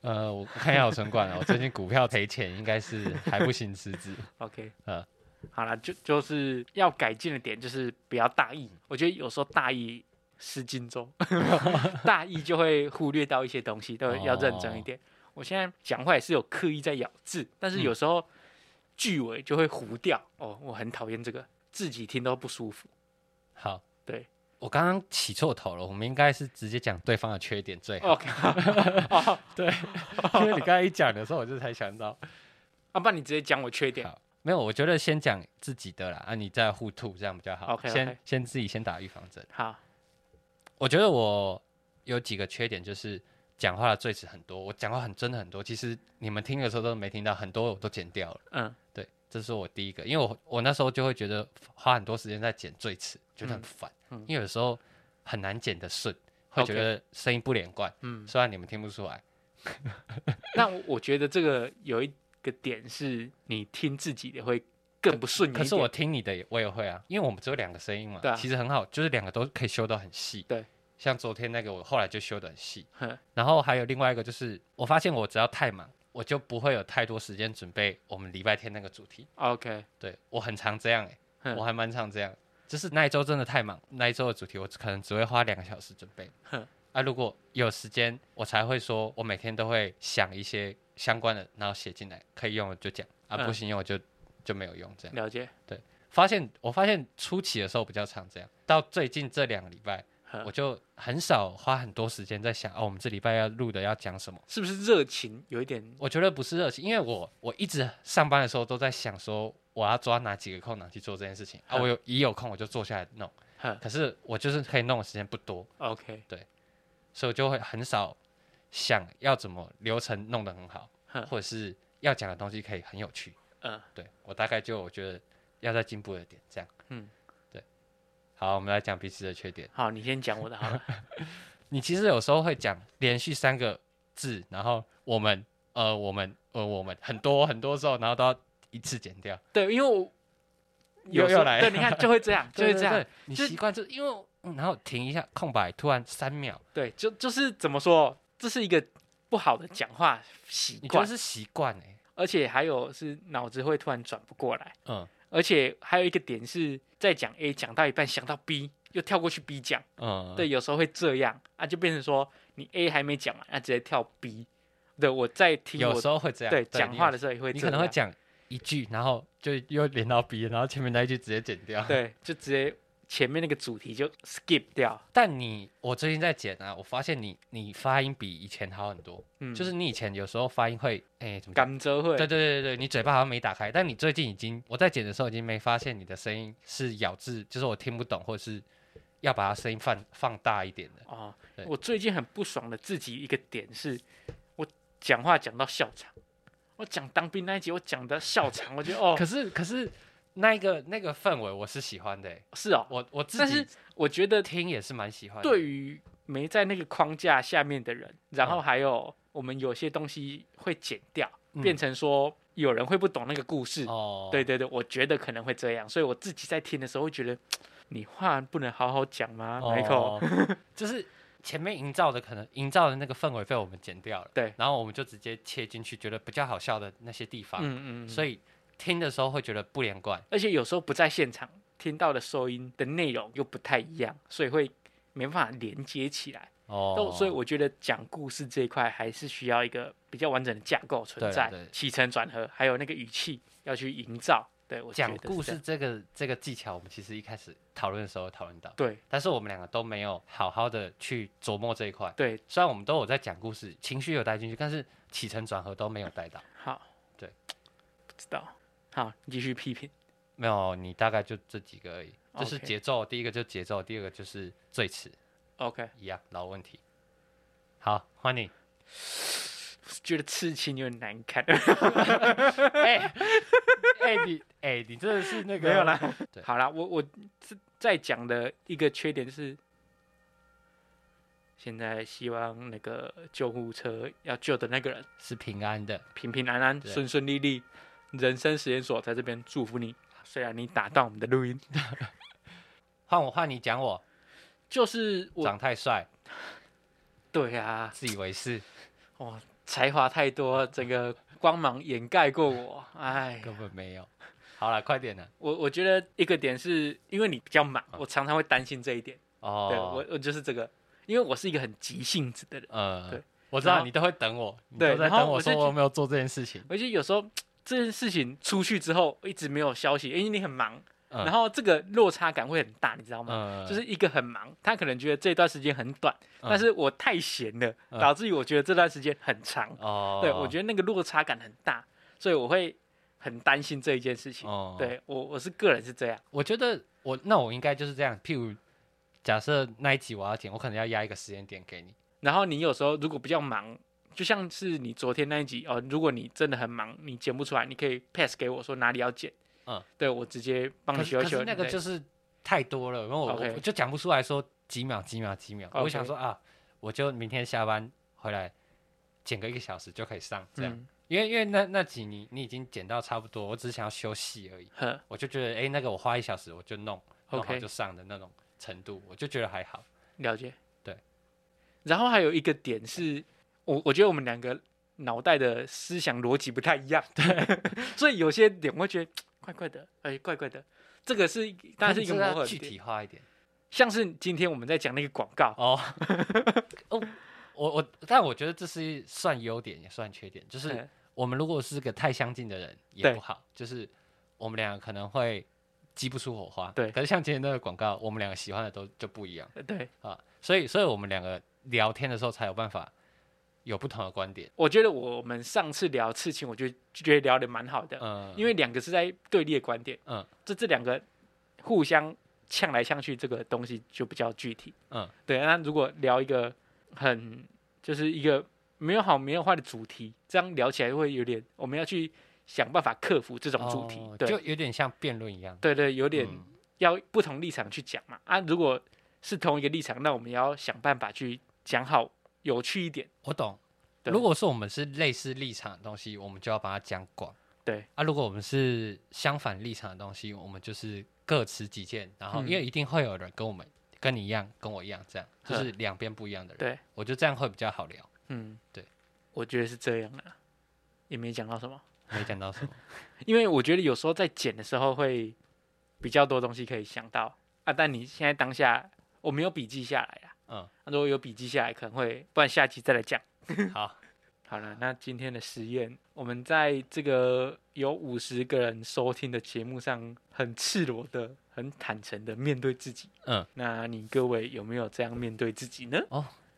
[SPEAKER 1] 呃，我 看一下我存款啊，我最近股票赔钱，应该是还不行辞职。
[SPEAKER 2] OK，
[SPEAKER 1] 嗯
[SPEAKER 2] 好了，就就是要改进的点就是不要大意。我觉得有时候大意失荆 州，大意就会忽略到一些东西，都要认真一点。
[SPEAKER 1] 哦
[SPEAKER 2] 我现在讲话也是有刻意在咬字，
[SPEAKER 1] 嗯
[SPEAKER 2] 但是有时候句尾就会糊掉。哦，我很讨厌这个，自己听都不舒服。
[SPEAKER 1] 好，
[SPEAKER 2] 对
[SPEAKER 1] 我刚刚起错头了，我们应该是直接讲对方的缺点最好，
[SPEAKER 2] OK，哦，
[SPEAKER 1] 因为你刚才一讲的时候，我就才想 到。
[SPEAKER 2] 阿啊爸，不然你直接讲我缺点。
[SPEAKER 1] 好，没有，我觉得先讲自己的啦，啊，你再互吐，这样比较好。
[SPEAKER 2] OK，OK
[SPEAKER 1] 先先自己先打预防针。
[SPEAKER 2] 好，
[SPEAKER 1] 我觉得我有几个缺点，就是讲话的赘词很多，我讲话很真的很多，其实你们听的时候都没听到，很多我都剪掉了。
[SPEAKER 2] 嗯，
[SPEAKER 1] 对，这是我第一个，因为我我那时候就会觉得花很多时间在剪最词，觉得很烦，
[SPEAKER 2] 嗯
[SPEAKER 1] 因为有时候很难剪得顺，会
[SPEAKER 2] OK
[SPEAKER 1] 觉得声音不连贯。
[SPEAKER 2] 嗯
[SPEAKER 1] 虽然你们听不出来，
[SPEAKER 2] 那我我觉得这个有一个点是你听自己的会更不顺眼一点。
[SPEAKER 1] 可是我听你的也我也会啊，因为我们只有两个声音嘛，
[SPEAKER 2] 对啊
[SPEAKER 1] 其实很好，就是两个都可以修到很细。
[SPEAKER 2] 对，
[SPEAKER 1] 像昨天那个我后来就修得很细，
[SPEAKER 2] 哼
[SPEAKER 1] 然后还有另外一个就是，我发现我只要太忙，我就不会有太多时间准备我们礼拜天那个主题。
[SPEAKER 2] OK，
[SPEAKER 1] 对我很常这样哎、
[SPEAKER 2] 哼
[SPEAKER 1] 我还蛮常这样，就是那一周真的太忙，那一周的主题我可能只会花两个小时准备
[SPEAKER 2] 哼。
[SPEAKER 1] 啊，如果有时间，我才会说，我每天都会想一些相关的，然后写进来，可以用我就讲，啊，
[SPEAKER 2] 嗯
[SPEAKER 1] 不行用我就就没有用这样。
[SPEAKER 2] 了解。
[SPEAKER 1] 发现我发现初期的时候比较常这样，到最近这两个礼拜，
[SPEAKER 2] 哼
[SPEAKER 1] 我就很少花很多时间在想哦，我们这礼拜要录的要讲什么。
[SPEAKER 2] 是不是热情有一点？
[SPEAKER 1] 我觉得不是热情，因为我我一直上班的时候都在想说我要抓哪几个空档去做这件事情啊，
[SPEAKER 2] 嗯
[SPEAKER 1] 我有一有空我就坐下来弄，
[SPEAKER 2] 哼
[SPEAKER 1] 可是我就是可以弄的时间不多，
[SPEAKER 2] ，OK，
[SPEAKER 1] 所以我就会很少想要怎么流程弄得很好，
[SPEAKER 2] 哼
[SPEAKER 1] 或者是要讲的东西可以很有趣。
[SPEAKER 2] 嗯，
[SPEAKER 1] 对我大概就我觉得要再进步的点这样。
[SPEAKER 2] 嗯，
[SPEAKER 1] 对。好，我们来讲彼此的缺点。
[SPEAKER 2] 好，你先讲我的 好了。
[SPEAKER 1] 你其实有时候会讲连续三个字，然后我们呃我们呃我们很多很多时候，然后都要一次剪掉，
[SPEAKER 2] 对，因为我
[SPEAKER 1] 又
[SPEAKER 2] 时候
[SPEAKER 1] 又来了
[SPEAKER 2] 对，你看就会这样，就会这样。
[SPEAKER 1] 对。对对你
[SPEAKER 2] 就
[SPEAKER 1] 习惯就因为嗯然后停一下，空白，突然三秒，
[SPEAKER 2] 对，就就是怎么说，这是一个不好的讲话习
[SPEAKER 1] 你就
[SPEAKER 2] 惯，
[SPEAKER 1] 是习惯哎、
[SPEAKER 2] 而且还有是脑子会突然转不过来，
[SPEAKER 1] 嗯
[SPEAKER 2] 而且还有一个点是在讲 A 讲到一半想到 B 又跳过去 B 讲，
[SPEAKER 1] 嗯，
[SPEAKER 2] 对，有时候会这样啊，就变成说你 A 还没讲完，那、啊直接跳 B。对，我在听
[SPEAKER 1] 有
[SPEAKER 2] 我
[SPEAKER 1] 时候会这样，
[SPEAKER 2] 对讲话
[SPEAKER 1] 的
[SPEAKER 2] 的时候也会
[SPEAKER 1] 你
[SPEAKER 2] 这
[SPEAKER 1] 可能会
[SPEAKER 2] 样
[SPEAKER 1] 讲一句，然后就又连到 B，然后前面那一句直接剪掉。
[SPEAKER 2] 对，就直接前面那个主题就 skip 掉，
[SPEAKER 1] 但你我最近在剪啊，我发现你你发音比以前好很多，
[SPEAKER 2] 嗯，
[SPEAKER 1] 就是你以前有时候发音会哎、怎么讲？
[SPEAKER 2] 甘蔗会，
[SPEAKER 1] 对对对对，你嘴巴好像没打开，但你最近已经我在剪的时候已经没发现你的声音是咬字，就是我听不懂，或者是要把它声音放放大一点的。
[SPEAKER 2] 哦
[SPEAKER 1] 对，
[SPEAKER 2] 我最近很不爽的自己一个点是，我讲话讲到笑场，我讲当兵那一集我讲的笑场，我觉得哦
[SPEAKER 1] 可是可是那一个那个氛围我是喜欢的欸、
[SPEAKER 2] 是哦，
[SPEAKER 1] 我我自
[SPEAKER 2] 但是
[SPEAKER 1] 己
[SPEAKER 2] 我觉得
[SPEAKER 1] 听也是蛮喜欢的。
[SPEAKER 2] 对于没在那个框架下面的人，然后还有我们有些东西会剪掉，
[SPEAKER 1] 嗯
[SPEAKER 2] 变成说有人会不懂那个故事，
[SPEAKER 1] 哦，
[SPEAKER 2] 对对对，我觉得可能会这样，所以我自己在听的时候会觉得。你话不能好好讲吗，Michael？、
[SPEAKER 1] 哦就是前面营造的可能营造的那个氛围被我们剪掉了，
[SPEAKER 2] 对
[SPEAKER 1] 然后我们就直接切进去，觉得比较好笑的那些地方，
[SPEAKER 2] 嗯嗯嗯，
[SPEAKER 1] 所以听的时候会觉得不连贯。
[SPEAKER 2] 而且有时候不在现场听到的收音的内容又不太一样，所以会没办法连接起来。
[SPEAKER 1] 哦
[SPEAKER 2] 都，所以我觉得讲故事这一块还是需要一个比较完整的架构存在
[SPEAKER 1] 对对，
[SPEAKER 2] 起承转合，还有那个语气要去营造。对我觉得
[SPEAKER 1] 讲
[SPEAKER 2] 是
[SPEAKER 1] 故
[SPEAKER 2] 这
[SPEAKER 1] 事
[SPEAKER 2] 样，
[SPEAKER 1] 这个这个技巧，我们其实一开始讨论的时候有讨论到，
[SPEAKER 2] 对
[SPEAKER 1] 但是我们两个都没有好好的去琢磨这一块。
[SPEAKER 2] 对，
[SPEAKER 1] 虽然我们都有在讲故事，情绪有带进去，但是起承转合都没有带到。
[SPEAKER 2] 好，
[SPEAKER 1] 对，
[SPEAKER 2] 不知道，好，你继续批评。
[SPEAKER 1] 没有，你大概就这几个而已。就是
[SPEAKER 2] OK
[SPEAKER 1] 节奏第一个就节奏，第二个就是最迟，
[SPEAKER 2] OK，
[SPEAKER 1] 一样老问题。好，欢迎。
[SPEAKER 2] 觉得刺青有点难看，
[SPEAKER 1] 哎哎、你哎、你真的是那个
[SPEAKER 2] 没有啦
[SPEAKER 1] 对。
[SPEAKER 2] 好啦，我我这再讲的一个缺点是，现在希望那个救护车要救的那个人
[SPEAKER 1] 是平安的。
[SPEAKER 2] 平平安安、
[SPEAKER 1] 对
[SPEAKER 2] 顺顺利利。人生实验所在这边祝福你，虽然你打断我们的录音，
[SPEAKER 1] 换我换你讲我，
[SPEAKER 2] 就是我
[SPEAKER 1] 长太帅，
[SPEAKER 2] 对啊，
[SPEAKER 1] 自以为是，
[SPEAKER 2] 哇，才华太多，整个光芒掩盖过我。 哎，
[SPEAKER 1] 根本没有。好了，快点了。
[SPEAKER 2] 我我觉得一个点是因为你比较忙，我常常会担心这一点。
[SPEAKER 1] 哦，
[SPEAKER 2] 对我我就是这个，因为我是一个很急性子的人。
[SPEAKER 1] 呃，
[SPEAKER 2] 对
[SPEAKER 1] 我知
[SPEAKER 2] 然
[SPEAKER 1] 道
[SPEAKER 2] 后
[SPEAKER 1] 你都会等我，你
[SPEAKER 2] 对
[SPEAKER 1] 都在
[SPEAKER 2] 然后
[SPEAKER 1] 等我
[SPEAKER 2] 我
[SPEAKER 1] 说
[SPEAKER 2] 就
[SPEAKER 1] 我
[SPEAKER 2] 觉
[SPEAKER 1] 没有做这件事情。
[SPEAKER 2] 而且有时候这件事情出去之后一直没有消息，因为你很忙，
[SPEAKER 1] 嗯
[SPEAKER 2] 然后这个落差感会很大，你知道吗？
[SPEAKER 1] 嗯，
[SPEAKER 2] 就是一个很忙，他可能觉得这段时间很短，
[SPEAKER 1] 嗯
[SPEAKER 2] 但是我太闲了，
[SPEAKER 1] 嗯
[SPEAKER 2] 导致于我觉得这段时间很长。
[SPEAKER 1] 哦，
[SPEAKER 2] 对，我觉得那个落差感很大，所以我会很担心这一件事情。
[SPEAKER 1] 哦，，
[SPEAKER 2] 对我，我是个人是这样，
[SPEAKER 1] 我觉得我那我应该就是这样。譬如假设那一集我要剪，我可能要压一个时间点给你。
[SPEAKER 2] 然后你有时候如果比较忙，就像是你昨天那一集哦，如果你真的很忙，你剪不出来，你可以 pass 给我说哪里要剪，
[SPEAKER 1] 嗯，
[SPEAKER 2] 对我直接帮
[SPEAKER 1] 可
[SPEAKER 2] 你
[SPEAKER 1] 是
[SPEAKER 2] 修
[SPEAKER 1] 可
[SPEAKER 2] 一修
[SPEAKER 1] 是
[SPEAKER 2] 你
[SPEAKER 1] 那
[SPEAKER 2] 的。
[SPEAKER 1] 个就是太多了，然后我
[SPEAKER 2] OK
[SPEAKER 1] 我就讲不出来说几秒几秒几秒。我就
[SPEAKER 2] OK
[SPEAKER 1] 想说啊，我就明天下班回来剪个一个小时就可以上，这样。
[SPEAKER 2] 嗯
[SPEAKER 1] 因为因为那那集你你已经剪到差不多，我只是想要休息而已。
[SPEAKER 2] 呵
[SPEAKER 1] 我就觉得哎、诶那个我花一小时我就弄，弄好
[SPEAKER 2] OK
[SPEAKER 1] 就上的那种程度，我就觉得还好。
[SPEAKER 2] 了解。
[SPEAKER 1] 对，
[SPEAKER 2] 然后还有一个点是，我我觉得我们两个脑袋的思想逻辑不太一样，对， 所以有些点我会觉得怪怪的，哎、怪怪的。这个是当然是一个
[SPEAKER 1] 可
[SPEAKER 2] 磨
[SPEAKER 1] 你
[SPEAKER 2] 合
[SPEAKER 1] 要
[SPEAKER 2] 的
[SPEAKER 1] 具
[SPEAKER 2] 点
[SPEAKER 1] 体化一点
[SPEAKER 2] 像是今天我们在讲那个广告，
[SPEAKER 1] 哦。哦， 我我，但我觉得这是算优点也算缺点，就是
[SPEAKER 2] 嗯
[SPEAKER 1] 我们如果是个太相近的人也
[SPEAKER 2] 对
[SPEAKER 1] 不好，就是我们两个可能会激不出火花。
[SPEAKER 2] 对
[SPEAKER 1] 可是像今天那个广告，我们两个喜欢的都就不一样
[SPEAKER 2] 呃对，
[SPEAKER 1] 啊，所以所以我们两个聊天的时候才有办法有不同的观点。
[SPEAKER 2] 我觉得我们上次聊刺青，我觉得觉得聊得蛮好的，
[SPEAKER 1] 嗯，
[SPEAKER 2] 因为两个是在对立的观点，
[SPEAKER 1] 嗯，
[SPEAKER 2] 这这两个互相呛来呛去，这个东西就比较具体，
[SPEAKER 1] 嗯，
[SPEAKER 2] 对。那如果聊一个很就是一个没有好没有坏的主题，这样聊起来会有点，我们要去想办法克服这种主题，
[SPEAKER 1] 哦
[SPEAKER 2] 对
[SPEAKER 1] 就有点像辩论一样，
[SPEAKER 2] 对对，有点
[SPEAKER 1] 嗯
[SPEAKER 2] 要不同立场去讲嘛。啊，如果是同一个立场，那我们要想办法去讲好，有趣一点。
[SPEAKER 1] 我懂。
[SPEAKER 2] 对
[SPEAKER 1] 如果是我们是类似立场的东西，我们就要把它讲广。
[SPEAKER 2] 对
[SPEAKER 1] 啊，如果我们是相反立场的东西，我们就是各持己见，然后
[SPEAKER 2] 嗯
[SPEAKER 1] 因为一定会有人跟我们跟你一样，跟我一样，这样就是两边不一样的人。
[SPEAKER 2] 嗯对，
[SPEAKER 1] 我觉得这样会比较好聊。
[SPEAKER 2] 嗯，
[SPEAKER 1] 对，
[SPEAKER 2] 我觉得是这样啊，也没讲到什么，
[SPEAKER 1] 没讲到什 么，
[SPEAKER 2] 因为我觉得有时候在剪的时候会比较多东西可以想到啊，但你现在当下我没有笔记下来啊，
[SPEAKER 1] 嗯，
[SPEAKER 2] 如果有笔记下来可能会，不然下期再来讲。
[SPEAKER 1] 好，
[SPEAKER 2] 好了，那今天的实验，我们在这个有五十个人收听的节目上，很赤裸的、很坦诚的面对自己。
[SPEAKER 1] 嗯，
[SPEAKER 2] 那你各位有没有这样面对自己呢？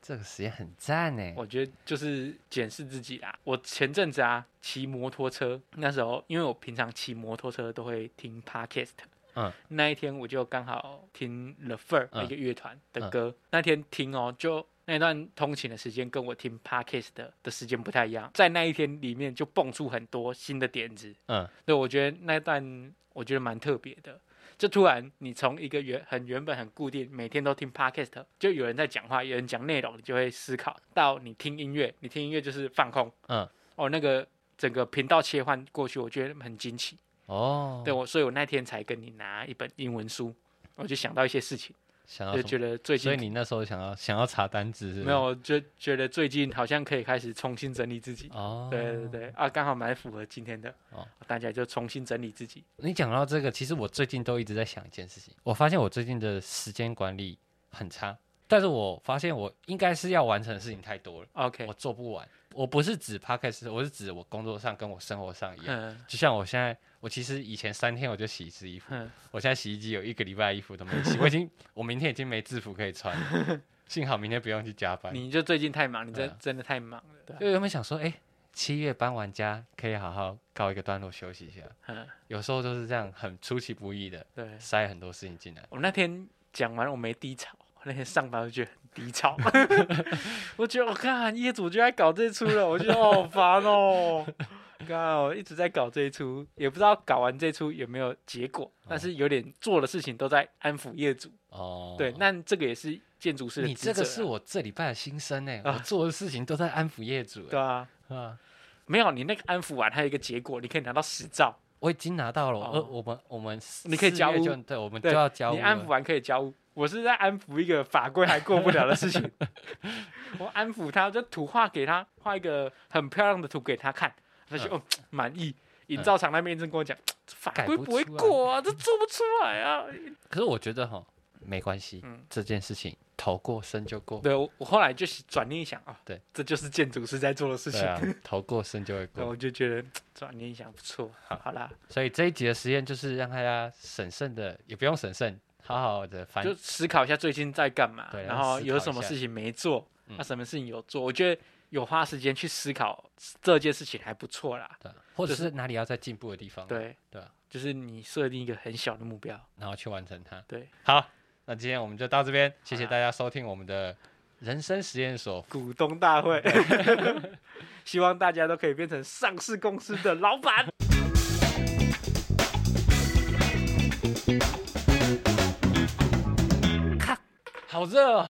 [SPEAKER 1] 这个实验很赞欸呢。
[SPEAKER 2] 我觉得就是检视自己啦。我前阵子啊，骑摩托车，那时候因为我平常骑摩托车都会听 podcast，
[SPEAKER 1] 嗯，
[SPEAKER 2] 那一天我就刚好听 The Fur、
[SPEAKER 1] 嗯
[SPEAKER 2] 一个乐团的
[SPEAKER 1] 嗯
[SPEAKER 2] 歌，那天听哦，就那段通勤的时间跟我听 podcast 的的时间不太一样，在那一天里面就蹦出很多新的点子，
[SPEAKER 1] 嗯，
[SPEAKER 2] 对，我觉得那段我觉得蛮特别的。就突然，你从一个原很原本很固定，每天都听 podcast，就有人在讲话，有人讲内容，你就会思考。到你听音乐，你听音乐就是放空，
[SPEAKER 1] 嗯，
[SPEAKER 2] 哦，那个整个频道切换过去，我觉得很惊奇。
[SPEAKER 1] 哦，
[SPEAKER 2] 对我，所以我那天才跟你拿一本英文书，我就想到一些事情，
[SPEAKER 1] 想到
[SPEAKER 2] 就
[SPEAKER 1] 啊什
[SPEAKER 2] 觉
[SPEAKER 1] 么？
[SPEAKER 2] 得最
[SPEAKER 1] 所以
[SPEAKER 2] 近
[SPEAKER 1] 你那时候想要想要查单子是不是
[SPEAKER 2] 没？有，就觉得最近好像可以开始重新整理自己。
[SPEAKER 1] 哦，
[SPEAKER 2] 对对对，啊，刚好蛮符合今天的，
[SPEAKER 1] 哦
[SPEAKER 2] 大家就重新整理自己。
[SPEAKER 1] 你讲到这个，其实我最近都一直在想一件事情。我发现我最近的时间管理很差，但是我发现我应该是要完成的事情太多了，
[SPEAKER 2] OK，
[SPEAKER 1] 我做不完。我不是指 podcast，我是指我工作上跟我生活上一样。
[SPEAKER 2] 嗯
[SPEAKER 1] 就像我现在，我其实以前三天我就洗一次衣服，
[SPEAKER 2] 嗯，
[SPEAKER 1] 我现在洗衣机有一个礼拜衣服都没洗，我已经我明天已经没制服可以穿了。幸好明天不用去加班。
[SPEAKER 2] 你就最近太忙，你
[SPEAKER 1] 对
[SPEAKER 2] 真、
[SPEAKER 1] 啊
[SPEAKER 2] 真的太忙了。对啊
[SPEAKER 1] 因为原本想说，哎、七月搬完家可以好好告一个段落休息一下。
[SPEAKER 2] 嗯，
[SPEAKER 1] 有时候都是这样，很出其不意的
[SPEAKER 2] 对，
[SPEAKER 1] 塞很多事情进来。
[SPEAKER 2] 我那天讲完我没低潮，我那天上班我觉得很低 潮，我觉得我看业主就在搞这出了，我觉得好烦哦。 刚我一直在搞这一出，也不知道搞完这出有没有结果，但是有点做的事情都在安抚业主。
[SPEAKER 1] 哦，
[SPEAKER 2] 对，那这个也是建筑师的
[SPEAKER 1] 你
[SPEAKER 2] 职责啊、
[SPEAKER 1] 这个是我这礼拜的心声呢、
[SPEAKER 2] 啊
[SPEAKER 1] 我做的事情都在安抚业主、
[SPEAKER 2] 对啊，
[SPEAKER 1] 欸，啊，
[SPEAKER 2] 没有你那个安抚完还有一个结果，你可以拿到实照，
[SPEAKER 1] 我已经拿到了，
[SPEAKER 2] 哦
[SPEAKER 1] 呃，我们我们四
[SPEAKER 2] 你可以交屋
[SPEAKER 1] 四月就对，我们就
[SPEAKER 2] 对
[SPEAKER 1] 要交屋
[SPEAKER 2] 你安抚
[SPEAKER 1] 了，
[SPEAKER 2] 完可以交屋。我是在安抚一个法规还过不了的事情， 我安抚他，就图画给他画一个很漂亮的图给他看，他就、哦满意。营造厂那边一直跟我讲，这法
[SPEAKER 1] 嗯改
[SPEAKER 2] 规
[SPEAKER 1] 不
[SPEAKER 2] 不会
[SPEAKER 1] 出来
[SPEAKER 2] 过啊，这做不出来 啊。
[SPEAKER 1] 可是我觉得哈，没关系，
[SPEAKER 2] 嗯
[SPEAKER 1] 这件事情头过身就过，
[SPEAKER 2] 对我，我后来就是转念一想啊，
[SPEAKER 1] 对，
[SPEAKER 2] 这就是建筑师在做的事
[SPEAKER 1] 对
[SPEAKER 2] 情。
[SPEAKER 1] 啊，头过身就会
[SPEAKER 2] 对
[SPEAKER 1] 过。
[SPEAKER 2] 我就觉得转念一想不错。
[SPEAKER 1] 好
[SPEAKER 2] 好啦，
[SPEAKER 1] 所以这一集的实验就是让大家审慎的，也不用审慎，好好的反
[SPEAKER 2] 就思考一下最近在干嘛，
[SPEAKER 1] 对
[SPEAKER 2] 然
[SPEAKER 1] 要
[SPEAKER 2] 后
[SPEAKER 1] 思
[SPEAKER 2] 有
[SPEAKER 1] 考
[SPEAKER 2] 什
[SPEAKER 1] 一
[SPEAKER 2] 么
[SPEAKER 1] 下
[SPEAKER 2] 事情没做，那、
[SPEAKER 1] 嗯
[SPEAKER 2] 什么事情有做。我觉得有花时间去思考这件事情还不错啦。
[SPEAKER 1] 对，啊或者
[SPEAKER 2] 就是
[SPEAKER 1] 是哪里要再进步的地方，，
[SPEAKER 2] 对
[SPEAKER 1] 对啊
[SPEAKER 2] 就是你设定一个很小的目标。
[SPEAKER 1] 然后去完成它。
[SPEAKER 2] 对，
[SPEAKER 1] 好，那今天我们就到这边，谢谢
[SPEAKER 2] 好啦
[SPEAKER 1] 大家收听我们的人生实验所。
[SPEAKER 2] 股东大会， 希望大家都可以变成上市公司的老板。
[SPEAKER 1] 好热、哦。